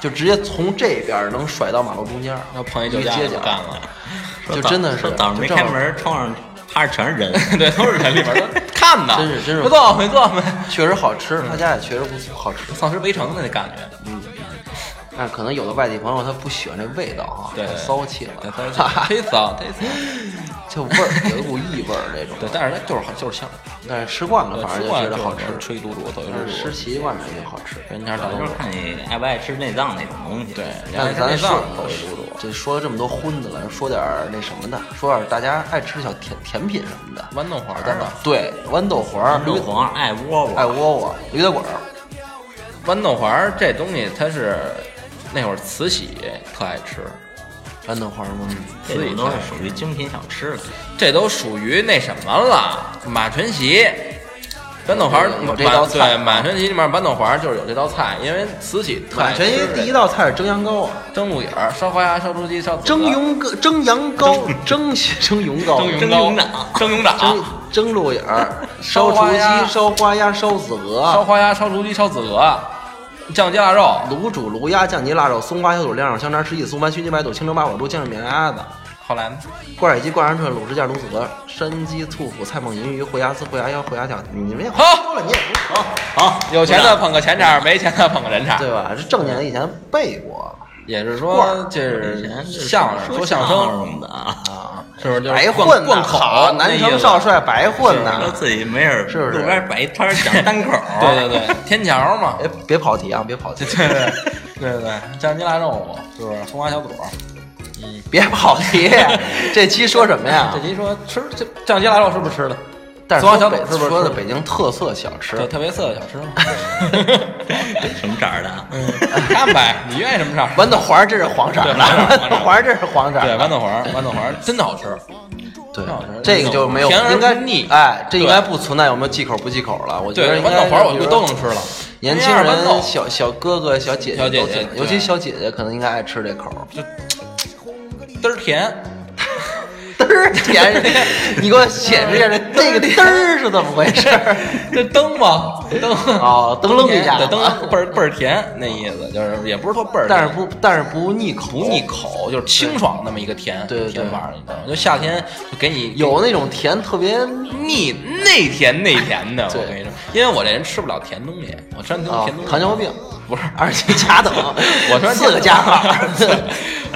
Speaker 2: 就直接从这边能甩到马路中间儿，
Speaker 1: 那碰一酒
Speaker 2: 一
Speaker 1: 驾
Speaker 2: 街
Speaker 1: 就
Speaker 2: 角
Speaker 1: 不干 了，
Speaker 2: 就真的是
Speaker 3: 说早上没
Speaker 2: 就正
Speaker 3: 开
Speaker 2: 好
Speaker 3: 门，窗上趴着全是 人，
Speaker 1: 对，都是人里边都看的，
Speaker 2: 真是真是
Speaker 1: 回坐回坐没，
Speaker 2: 确实好
Speaker 1: 嗯
Speaker 2: 吃，他家也确实不错好吃。
Speaker 1: 丧尸围城的那感觉。
Speaker 2: 但是可能有的外地朋友他不喜欢这味道啊，
Speaker 1: 对
Speaker 2: 太骚气了，
Speaker 1: 对，都是忒骚忒 骚，
Speaker 2: 就味儿有一股异味儿这种。
Speaker 1: 对，但是它就是好，就是香。
Speaker 2: 但是吃惯了，反
Speaker 1: 吃
Speaker 2: 正就
Speaker 1: 惯
Speaker 2: 觉
Speaker 1: 了
Speaker 2: 得好吃，
Speaker 1: 吃一肚肚，走一
Speaker 2: 但是
Speaker 1: 肚
Speaker 2: 吃
Speaker 1: 肚。
Speaker 2: 习惯了也好吃。
Speaker 1: 人家大
Speaker 3: 就
Speaker 1: 肚
Speaker 3: 是看你爱不爱吃内脏那种东西。
Speaker 1: 对，
Speaker 2: 但
Speaker 1: 人家
Speaker 2: 咱
Speaker 1: 内
Speaker 2: 说
Speaker 1: 脏走一肚肚。
Speaker 2: 这说了这么多荤的了，说点儿那什么的，说点儿大家爱吃的小甜甜品什么的。
Speaker 1: 豌豆黄
Speaker 2: 咱们
Speaker 1: 啊，
Speaker 2: 对豌豆黄儿、
Speaker 3: 肉黄爱窝
Speaker 2: 爱
Speaker 3: 窝，
Speaker 2: 窝窝、驴打滚儿，
Speaker 1: 豌豆黄这东西它是那会儿慈禧特爱吃，
Speaker 2: 豌豆黄儿
Speaker 1: 嗯
Speaker 2: 吗？
Speaker 3: 这种都是属于精品小吃了。
Speaker 1: 这都属于那什么了，马传奇。豌豆黄
Speaker 2: 有有
Speaker 1: 马
Speaker 2: 这道菜
Speaker 1: 对马传奇里面豌豆黄就是有这道菜，因为慈禧特爱
Speaker 2: 满
Speaker 1: 吃
Speaker 2: 全
Speaker 1: 这
Speaker 2: 一
Speaker 1: 个。
Speaker 2: 第一道菜是蒸羊羔啊，
Speaker 1: 蒸鹿眼儿、烧花鸭、烧猪鸡、烧子
Speaker 2: 蒸羊羔、蒸羊羔、蒸蒸羊羔、
Speaker 1: 羔
Speaker 3: 蒸
Speaker 1: 羊
Speaker 3: 羊
Speaker 1: 羔
Speaker 3: 羔、
Speaker 1: 蒸啊羊掌
Speaker 2: 蒸、蒸鹿眼 儿、烧
Speaker 1: 烧
Speaker 2: 雏
Speaker 1: 花鸭
Speaker 2: 鸡、烧花鸭、烧子
Speaker 1: 烧
Speaker 2: 鹅、
Speaker 1: 花鸭、烧猪鸡、烧子鹅、酱鸡腊肉，
Speaker 2: 卤煮卤鸭、酱鸡腊肉、松花小肚、晾肉香肠、十几松白、熏鸡白肚、清蒸八宝猪、酱面鸭子、
Speaker 1: 后来呢？
Speaker 2: 挂耳鸡、挂羊串、卤汁酱、卤子鹅、山鸡、兔脯、菜蚌、银鱼、烩鸭丝、烩鸭腰、烩鸭脚，你们也
Speaker 1: 好
Speaker 2: 了，你也不
Speaker 3: 好，好，
Speaker 1: 有钱的捧个钱场，没钱的捧个人场。
Speaker 2: 对吧？这正经的以前背过
Speaker 1: 也是
Speaker 2: 罐
Speaker 1: 说
Speaker 2: 儿
Speaker 1: 这
Speaker 3: 以前
Speaker 1: 是
Speaker 3: 就是
Speaker 1: 相声，说相声
Speaker 3: 什么的啊，
Speaker 2: 啊，
Speaker 1: 是不是就是
Speaker 2: 白
Speaker 1: 贯
Speaker 2: 混
Speaker 1: 贯
Speaker 2: 呐，
Speaker 1: 口，
Speaker 2: 好，南城少。帅白混
Speaker 3: 说
Speaker 2: 呐。
Speaker 3: 自己没事儿
Speaker 2: 是不是
Speaker 3: 路边摆一摊儿讲单口儿
Speaker 1: 那意思对对 对，天桥嘛，
Speaker 2: 别别跑题啊，别跑题
Speaker 1: 对，对对对对，酱鸡腊肉是不是？葱花小肚儿。
Speaker 2: 别跑 题。这期说什么呀
Speaker 1: 这？您说吃这酱鸡腊肉是不是吃的？
Speaker 2: 但是
Speaker 1: 葱花小
Speaker 2: 说
Speaker 1: 肚
Speaker 2: 北
Speaker 1: 是不是
Speaker 2: 说的
Speaker 1: 吃
Speaker 2: 北京特色小吃
Speaker 1: 对，，特别色的小吃嘛。
Speaker 3: 什么色儿的啊？
Speaker 2: 嗯
Speaker 1: 看呗， 你愿意什么色儿？
Speaker 2: 豌豆黄儿这是黄色 儿的，
Speaker 1: 对
Speaker 2: 豌豆黄儿这是黄色儿
Speaker 1: 对，
Speaker 2: 的。
Speaker 1: 豌豆哦黄，豌豆黄真的好吃。
Speaker 2: 对
Speaker 1: 挺好吃的
Speaker 2: 这个就没有
Speaker 1: 甜而
Speaker 2: 应该
Speaker 1: 不腻
Speaker 2: 哎，这应该
Speaker 1: 对
Speaker 2: 不存在有没有忌口不忌口了。我觉得
Speaker 1: 对，
Speaker 2: 应
Speaker 1: 豌
Speaker 2: 该
Speaker 1: 豆黄我
Speaker 2: 就
Speaker 1: 就是都能吃了。
Speaker 2: 年轻
Speaker 1: 那样豌豆
Speaker 2: 人小小哥哥小姐
Speaker 1: 小
Speaker 2: 姐
Speaker 1: 姐
Speaker 2: 都
Speaker 1: 姐
Speaker 2: 挺，
Speaker 1: 对
Speaker 2: 尤其小姐姐可能应该爱吃这口儿。
Speaker 1: 嘚儿甜，
Speaker 2: 嘚儿甜，你给我解释一下 这这个嘚儿是怎么回事儿？
Speaker 1: 这灯嘛，灯
Speaker 2: 哦灯笼一下
Speaker 1: 对，灯倍儿倍儿甜，那意思就是也不是说倍儿甜，
Speaker 2: 但是不，但是不腻口，
Speaker 1: 不腻。口，就是清爽那么一个甜，
Speaker 2: 对对
Speaker 1: 甜法儿，你知道吗？就夏天就给你
Speaker 2: 有那种甜特别，
Speaker 1: 腻内甜内甜的，
Speaker 2: 对
Speaker 1: 我跟你说，因为我这人吃不了甜东西，我吃完甜
Speaker 2: 啊
Speaker 1: 甜东西
Speaker 2: 糖尿病
Speaker 1: 不是，
Speaker 2: 二级甲等，
Speaker 1: 我吃完
Speaker 2: 四个加号，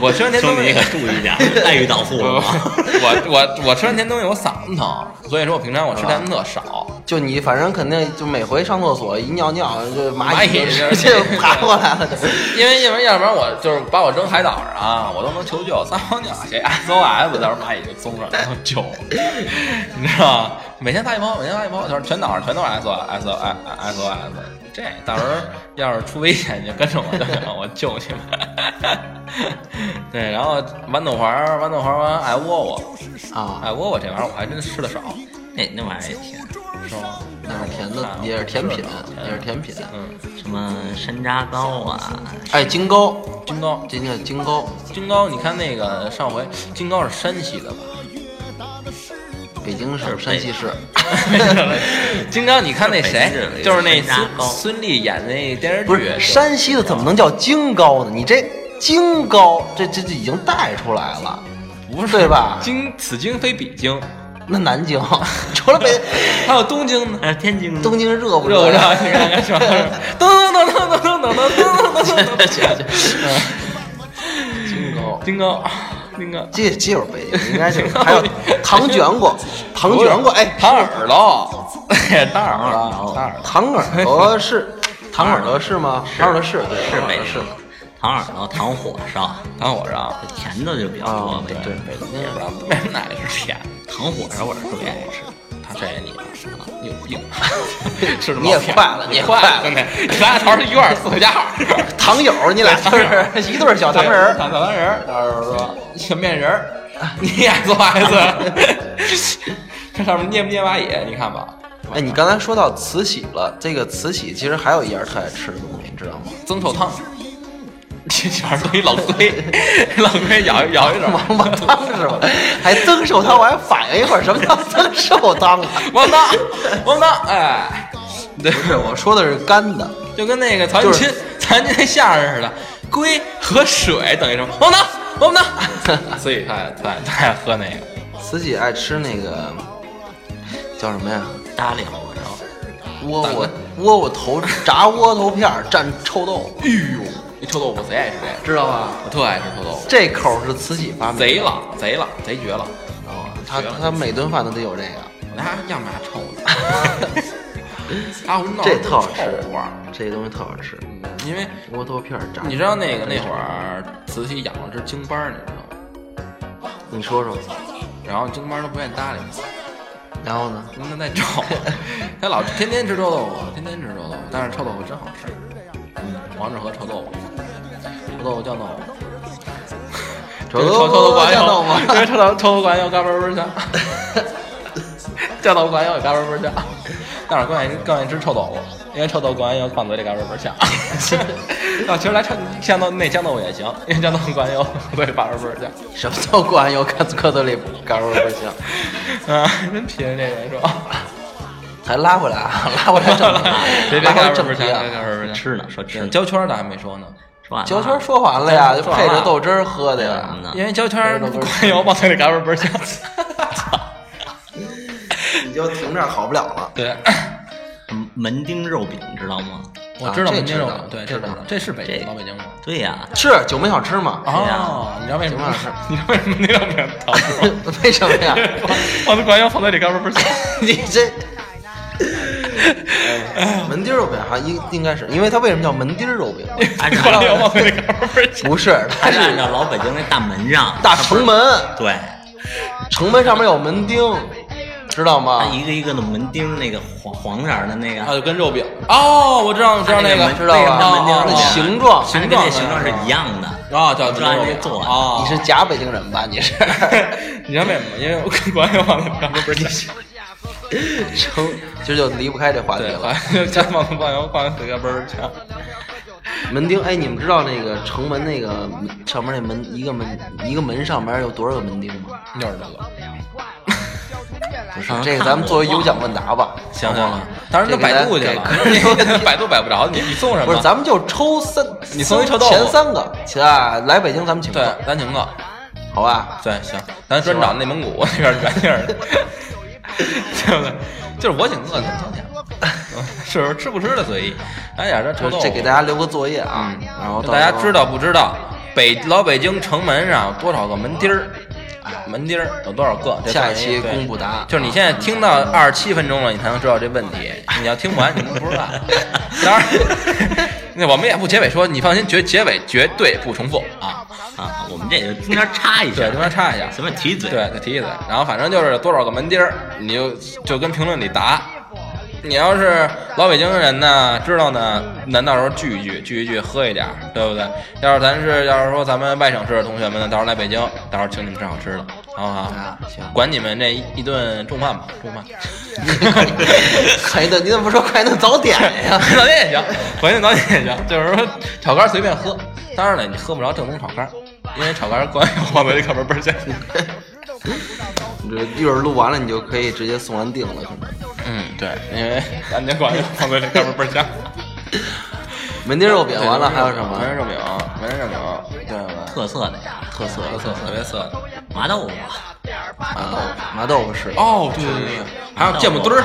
Speaker 1: 我吃完甜
Speaker 3: 兄
Speaker 1: 东
Speaker 3: 弟
Speaker 1: 西
Speaker 3: 你可注意点 儿，待遇到付
Speaker 1: 我
Speaker 3: 了啊。
Speaker 2: 嗯
Speaker 1: 我我我吃完甜东西我嗓子疼，所以说我平常我吃甜的特少，
Speaker 2: 就你反正肯定就每回上厕所一尿尿，就蚂蚁
Speaker 1: 蚂蚁
Speaker 2: 直接 就爬过来了。
Speaker 1: 因为要不然要不然我就是把我扔海岛上啊，我都能求救，撒泡尿谁 SOS，到时候蚂蚁就踪上然后救我，你知道吗？每天撒一泡，每天撒一泡，就是全岛上全都是 SOS SOS SOS，这到时候要是出危险你就跟着我就行了，我救你们。对，然后豌豆黄儿，豌豆黄儿完爱窝窝，
Speaker 2: 啊，
Speaker 1: 爱窝窝这玩意儿我还真吃的少，
Speaker 3: 哎那那玩意儿也甜，
Speaker 1: 是吗？
Speaker 2: 那是甜的，啊也是甜品，也是甜品。
Speaker 1: 嗯，
Speaker 3: 什么山楂糕啊，
Speaker 2: 哎，京糕，
Speaker 1: 金糕，
Speaker 2: 这那个京糕，
Speaker 1: 金糕，你看那个上回金糕是山西的吧？
Speaker 2: 北京市山西市，
Speaker 1: 金刚，你看那谁
Speaker 3: 北京人，
Speaker 1: 就是那
Speaker 3: 山楂
Speaker 1: 孙
Speaker 3: 糕
Speaker 1: 孙俪演那电视剧，
Speaker 2: 不是山西的怎么能叫京糕呢？你这京糕，这这这已经带出来了，
Speaker 1: 不是
Speaker 2: 对吧
Speaker 1: 今此经非彼经，
Speaker 2: 那南京除了北
Speaker 1: 还有东京呢，
Speaker 3: 呃，天津
Speaker 2: 东京热不
Speaker 1: 热不热？
Speaker 2: 呀
Speaker 1: 你看看是吧？噔噔噔噔噔噔噔噔噔噔噔噔，
Speaker 2: 京糕，
Speaker 1: 金刚，金刚，
Speaker 2: 这这就是北京，应该就是还有糖卷果，糖卷果，哎，
Speaker 1: 糖耳朵，哎大耳
Speaker 3: 糖
Speaker 1: 朵，
Speaker 3: 耳朵
Speaker 1: 大耳朵，
Speaker 2: 糖耳朵是糖耳朵是吗？糖耳朵是对
Speaker 3: 是
Speaker 2: 糖耳
Speaker 3: 北
Speaker 2: 朵是
Speaker 3: 京糖耳朵、糖火烧，
Speaker 1: 糖火烧，
Speaker 3: 甜的就比较
Speaker 2: 啊
Speaker 3: 多，呗。
Speaker 2: 对，
Speaker 1: 北京人不知道为奶是甜，
Speaker 3: 糖火烧我是特别爱吃，
Speaker 1: 他这你你有病，吃
Speaker 2: 你也坏了你也坏了
Speaker 1: 兄弟，你俩头是一块四个加号。
Speaker 2: 糖友，你俩就是一对儿小糖人儿，
Speaker 1: 小糖人儿，到时候说小面人儿，你也做 S，这上面捏不捏蚂蚁？你看吧，
Speaker 2: 哎，你刚才说到慈禧了，这个慈禧其实还有一样特爱吃的东西，你知道吗？
Speaker 1: 增臭汤， 这小孩都一老龟，老龟咬一咬一手，
Speaker 2: 王八汤是吧？还增寿汤，我还反应一会儿，什么叫增寿汤啊？
Speaker 1: 王当，王当，哎，对，
Speaker 2: 不是，我说的是干的，
Speaker 1: 就跟那个曹云金，曹云金那相声似的，龟和水等于什么？我们拿，我们拿。所以他他他爱喝那个。
Speaker 2: 慈禧爱吃那个叫什么呀？
Speaker 3: 搭理我知道。
Speaker 2: 窝窝窝窝头炸窝头片儿蘸臭豆腐，
Speaker 1: 哎呦，那臭豆腐贼爱吃这个，
Speaker 2: 知道吧？
Speaker 1: 我特爱吃臭豆腐，
Speaker 2: 这口是慈禧发明的，
Speaker 1: 贼了贼了贼绝了。
Speaker 2: 知道吗？他他每顿饭都得有这
Speaker 1: 我
Speaker 2: 个，
Speaker 1: 那样面还臭呢，啊，我
Speaker 2: 这特好吃
Speaker 1: 臭味儿，
Speaker 2: 这东西特好吃。
Speaker 1: 嗯因为
Speaker 2: 窝头片儿炸，
Speaker 1: 你知道那个那会儿慈禧养了只京班儿，你知道吗？
Speaker 2: 你说说，
Speaker 1: 然后京班儿都不愿意搭理他，
Speaker 2: 然后呢？
Speaker 1: 那在找我， 他老天天吃臭豆腐，天天吃臭豆腐，但是臭豆腐真好吃。嗯，王致和臭豆腐，臭豆腐酱豆腐，
Speaker 2: 臭
Speaker 1: 这个
Speaker 2: 豆
Speaker 1: 臭豆腐管
Speaker 2: 酱豆腐，
Speaker 1: 哦 这个臭豆腐臭豆腐管有嘎嘣嘣 香，酱豆腐管有嘎嘣嘣香，但是更愿意更愿意吃臭豆腐，因为臭豆腐管有放嘴里嘎嘣嘣 香。啊，其实来臭酱豆那酱豆腐也行，因为酱豆腐管有嘴里嘎嘣嘣香。
Speaker 2: 什么都管有，看磕头里干肉不行。
Speaker 1: 啊，真贫这人说，
Speaker 2: 还拉回来啊， 拉回来正题，
Speaker 1: 别别
Speaker 2: 拉回
Speaker 1: 干
Speaker 2: 来
Speaker 1: 不
Speaker 2: 正
Speaker 1: 是
Speaker 2: 题啊。
Speaker 1: 干不是
Speaker 3: 吃呢，说吃呢，
Speaker 1: 胶圈儿咱还没说呢，
Speaker 3: 说完了啊
Speaker 2: 焦圈说完了呀，就
Speaker 1: 啊
Speaker 2: 配着豆汁儿喝的
Speaker 3: 说完
Speaker 2: 呀。
Speaker 3: 了
Speaker 1: 因为胶圈儿不光有往嘴里嘎嘣嘣香。
Speaker 2: 你就停这儿好不了了。
Speaker 1: 对，
Speaker 3: 嗯门钉肉饼知道吗？
Speaker 1: 我啊知道
Speaker 2: 这
Speaker 1: 北京
Speaker 2: 知
Speaker 1: 肉
Speaker 2: 道
Speaker 1: 饼，对，
Speaker 2: 这
Speaker 1: 知道
Speaker 2: 知
Speaker 1: 的
Speaker 2: 道，
Speaker 1: 这是北
Speaker 3: 这
Speaker 1: 京老北京吗？
Speaker 3: 对呀，
Speaker 2: 是九妹小吃嘛？
Speaker 1: 哦，你知道为什么
Speaker 2: 行吧？
Speaker 1: 你知道为什么那肉饼疼吗？
Speaker 2: 为什么呀？
Speaker 1: 我的管要放在里嘎嘣嘣香。
Speaker 2: 你这。哎门钉肉饼还应应该是，因为它为什么叫门钉 肉饼？
Speaker 3: 按照
Speaker 1: 管要往嘴里嘎嘣嘣香。
Speaker 2: 不是，它
Speaker 3: 还是按
Speaker 2: 是
Speaker 3: 照老北京那大门让
Speaker 2: 大啊城门，
Speaker 3: 对，
Speaker 2: 城门上面有门钉，知道吗
Speaker 3: 它？
Speaker 1: 哎
Speaker 3: 一个一个的门钉那个黄黄色儿的那
Speaker 1: 啊，
Speaker 3: 个，
Speaker 1: 就跟肉饼哦，我知道，我知道那个，
Speaker 2: 哎知道
Speaker 3: 那个
Speaker 2: 吧？
Speaker 1: 门钉
Speaker 2: 那
Speaker 1: 哦
Speaker 2: 形状，啊
Speaker 3: 它跟那形状是一样的，
Speaker 1: 啊，叫
Speaker 3: 就按这做的
Speaker 1: 啊。
Speaker 2: 你是假北京人吧？你是
Speaker 1: 你知道为什么吗？因为我跟管要放在里嘎嘣嘣香。
Speaker 2: 城，其实就离不开这话题
Speaker 1: 对，好。
Speaker 2: 了
Speaker 1: 像家放放羊放嘴嘎嘣儿呛。
Speaker 2: 门钉，哎，你们知道那个城门那个门上面那门一个门一个门上面有多少个门钉吗？
Speaker 1: 又是这个，
Speaker 2: 不是
Speaker 3: 啊，
Speaker 2: 这个咱们作为有奖问答吧。
Speaker 1: 啊行行了，当时就百度去了， 百度百不着你，你送什么？
Speaker 2: 不是，咱们就抽三，
Speaker 1: 你送一臭豆腐
Speaker 2: 前三个，行啊，来北京咱们请客
Speaker 1: 对，咱请客，
Speaker 2: 好吧？
Speaker 1: 对，行，咱专找内蒙古那边原地儿的，对不对？就是我请客，你请客，是不是吃不吃的随意？哎呀，这臭豆腐，
Speaker 2: 这给大家留个作业啊，然
Speaker 1: 让
Speaker 2: 后到
Speaker 1: 嗯大家
Speaker 2: 时候
Speaker 1: 知道不知道北老北京城门上有多少个门钉儿？
Speaker 2: 哎
Speaker 1: 门钉儿有多少个？这
Speaker 2: 下一期
Speaker 1: 对
Speaker 2: 公布答案
Speaker 1: 就是你现在听到二十七分钟了，你才能知道这问题。你要听不完，你们不知 道。当然， 那我们也不结尾说，你放心，结结尾绝对不重复啊。
Speaker 3: 啊，我们这也中间插一
Speaker 1: 对，
Speaker 3: 下
Speaker 1: 中，间插一下。
Speaker 3: 什么提嘴，
Speaker 1: 对，得提一嘴。然后反正就是多少个门钉儿，你就就跟评论里答。你要是老北京人呢，知道呢，咱到时候聚一聚，聚一聚，喝一点儿，对不对？要是咱是要是说咱们外省市的同学们呢，到时候来北京，到时候请你们吃好吃的，好不好？
Speaker 2: 啊行
Speaker 1: 管你们这一一顿重饭吧，重饭。
Speaker 2: 快一顿，你怎么不说快一顿早点 呀？
Speaker 1: 早点也行，回去早点也行，就是说炒肝随便喝，当然了，你喝不着正宗炒肝，因为炒肝光有黄梅里可不是香。
Speaker 2: 你这一会儿录完了，你就可以直接送完定了，可能。
Speaker 1: 嗯，对，因为咱家管有黄梅里可不是香。
Speaker 2: 门钉肉饼完了还有什
Speaker 1: 门人肉
Speaker 2: 么？
Speaker 1: 饼，门人肉饼，对吧？
Speaker 3: 特色的呀，
Speaker 2: 特色
Speaker 1: 特色特别色。
Speaker 3: 麻豆腐，
Speaker 2: 麻豆腐，啊麻豆腐是
Speaker 1: 哦，对对对，还有芥末墩儿，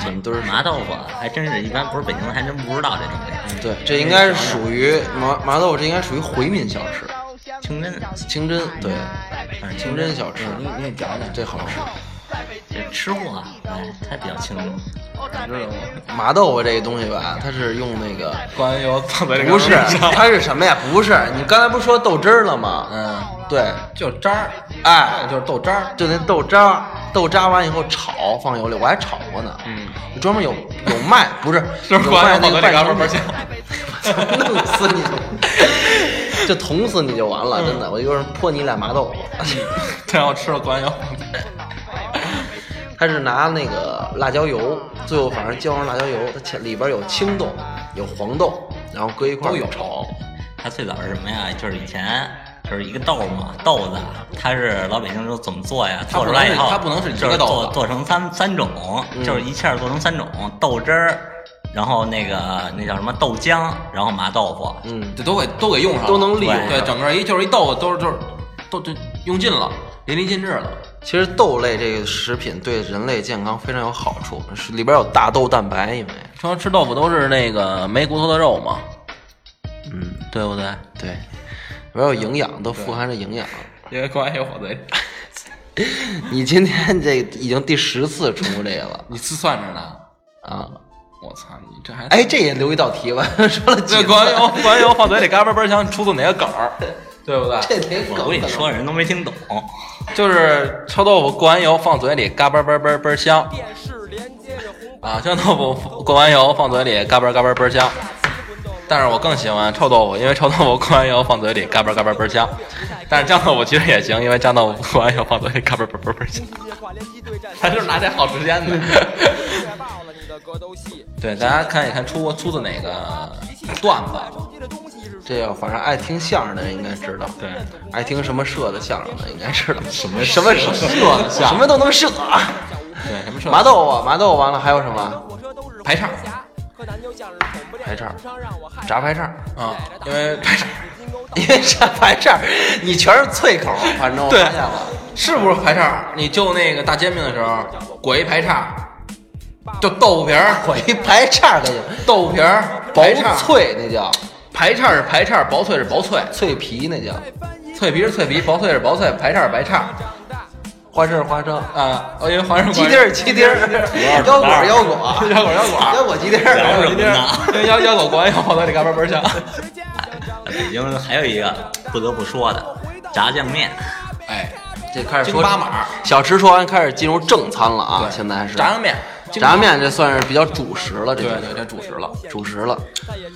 Speaker 3: 什么都是麻豆腐，啊还真是一般不是北京人还真不知道这东西，
Speaker 2: 对，这应该是属于麻麻豆，腐，这应该属于回民小吃，
Speaker 3: 清真，
Speaker 2: 清真对，
Speaker 3: 反正
Speaker 2: 清真小吃，
Speaker 1: 嗯你你讲讲
Speaker 2: 这好吃。
Speaker 3: 这吃货啊，哎，他比较清楚，
Speaker 1: 知道吗？
Speaker 2: 麻豆腐这个东西吧，它是用那个
Speaker 1: 关于放在这个
Speaker 2: 不是，它是什么呀？不是，你刚才不是说豆汁儿了吗？
Speaker 1: 嗯，
Speaker 2: 对，
Speaker 1: 就是渣儿，
Speaker 2: 哎，
Speaker 1: 就是豆渣儿，
Speaker 2: 就那豆渣儿，豆渣完以后炒放油里，我还炒过呢。
Speaker 1: 嗯，
Speaker 2: 专门有有卖，不是
Speaker 1: 是不是
Speaker 2: 有
Speaker 1: 关
Speaker 2: 卖
Speaker 1: 于
Speaker 2: 那
Speaker 1: 放
Speaker 2: 个
Speaker 1: 在这
Speaker 2: 半
Speaker 1: 嘎嘣
Speaker 2: 成
Speaker 1: 嘣香
Speaker 2: 品？弄死你就，就捅死你就完
Speaker 1: 嗯
Speaker 2: 了，真的，我一会儿泼你俩麻豆腐。
Speaker 1: 然后吃了关油，
Speaker 2: 它是拿那个辣椒油，最后反正浇上辣椒油，它前里边有青豆，有黄豆，然后搁一块儿
Speaker 1: 都有
Speaker 2: 炒。
Speaker 3: 他最早是什么呀？就是以前就是一个豆嘛，豆子，啊他是老北京说怎么做呀？
Speaker 1: 它不
Speaker 3: 做
Speaker 1: 能
Speaker 3: 出来以后，
Speaker 1: 是它不能是一个
Speaker 3: 就是
Speaker 1: 豆子嗯
Speaker 3: 做做成三三种，就是一气儿做成三种豆汁儿、然后那个那叫什么豆浆，然后麻豆腐，
Speaker 2: 嗯，
Speaker 1: 这都给都给用上了，
Speaker 2: 都能利用
Speaker 1: 对，整个一就是一豆腐都是都是都都用尽了，淋漓尽致了。
Speaker 2: 其实豆类这个食品对人类健康非常有好处，是里边有大豆蛋白，因为
Speaker 1: 说吃豆腐都是那个没骨头的肉嘛，
Speaker 2: 嗯
Speaker 1: 对不对？
Speaker 2: 对，里边有营养，都富含着营养。
Speaker 1: 因为关系我的，
Speaker 2: 你今天这已经第十次重复这个了
Speaker 1: 你自算着呢。
Speaker 2: 啊！
Speaker 1: 我操，你这还
Speaker 2: 哎，这也留一道题吧， 说了几
Speaker 1: 对
Speaker 2: 次，
Speaker 1: 管油管油放嘴里嘎嘣嘣响，出自哪个梗 儿？对不对？
Speaker 2: 这得
Speaker 3: 我
Speaker 2: 梗
Speaker 3: 估计
Speaker 2: 可能
Speaker 3: 说的人都没听懂。
Speaker 1: 就是臭豆腐过完油放嘴里嘎嘣嘣嘣嘣香
Speaker 4: 电视连接着红
Speaker 1: 啊，香豆腐过完油放嘴里嘎嘣嘎嘣嘣香。但是我更喜欢臭豆腐，因为臭豆腐过完油放嘴里嘎嘣嘎嘣嘣香。但是酱豆腐其实也行，因为酱豆腐过完油放嘴里嘎嘣嘣嘣嘣香。
Speaker 4: 世界跨联机对战，
Speaker 1: 他就是拿这耗时间的。
Speaker 4: 虐爆了你的格斗戏。
Speaker 1: 对，大家看一看出出自哪个段子？
Speaker 4: 收集的东西是
Speaker 2: 这要啊反正爱听相声的人应该知道，
Speaker 1: 对，
Speaker 2: 爱听什么社的相声的应该知道，什么
Speaker 1: 什
Speaker 2: 什
Speaker 1: 么
Speaker 2: 么
Speaker 1: 社
Speaker 2: 社
Speaker 1: 的相声
Speaker 2: 什么都能社，
Speaker 1: 对，什么社
Speaker 2: 麻豆腐，麻豆腐完了还有什么？
Speaker 4: 火车都是
Speaker 1: 排叉
Speaker 4: 柯南就像是恐怖电
Speaker 2: 排
Speaker 4: 影
Speaker 2: 叉
Speaker 4: 时常让我害
Speaker 2: 炸排叉，
Speaker 1: 啊？因为排叉
Speaker 4: 金钩 到
Speaker 2: 因为炸排叉你全是脆口，啊反正我发
Speaker 1: 对
Speaker 2: 现了。
Speaker 1: 是不是排叉？你就那个大煎饼的时候裹一排叉，就豆腐皮儿
Speaker 2: 我一排叉可以，
Speaker 1: 豆腐皮儿
Speaker 2: 薄
Speaker 1: 排叉，
Speaker 2: 脆那叫
Speaker 1: 排叉是排叉，薄脆是薄脆，
Speaker 2: 脆皮那叫
Speaker 1: 脆皮是脆皮，薄脆是薄脆，排叉是排叉
Speaker 2: 花生是花生，
Speaker 1: 啊！哦，因为黄上
Speaker 2: 鸡丁儿鸡丁儿，腰果 儿腰果 儿，
Speaker 1: 腰果儿腰果儿
Speaker 2: 腰果鸡丁儿，
Speaker 3: 聊什么呢？
Speaker 1: 因为腰腰果果完以后，那里嘎嘣 嘣响。
Speaker 3: 北京还有一个不得不说的炸酱面，
Speaker 1: 哎，
Speaker 2: 这开始
Speaker 1: 京
Speaker 2: 说
Speaker 1: 巴马
Speaker 2: 小吃说完开始进入正餐了啊
Speaker 1: 对，
Speaker 2: 现在是
Speaker 1: 炸酱面，
Speaker 2: 炸酱面这算是比较主食了，这
Speaker 1: 对
Speaker 2: 就是
Speaker 1: 对，这主食了。
Speaker 2: 主食了，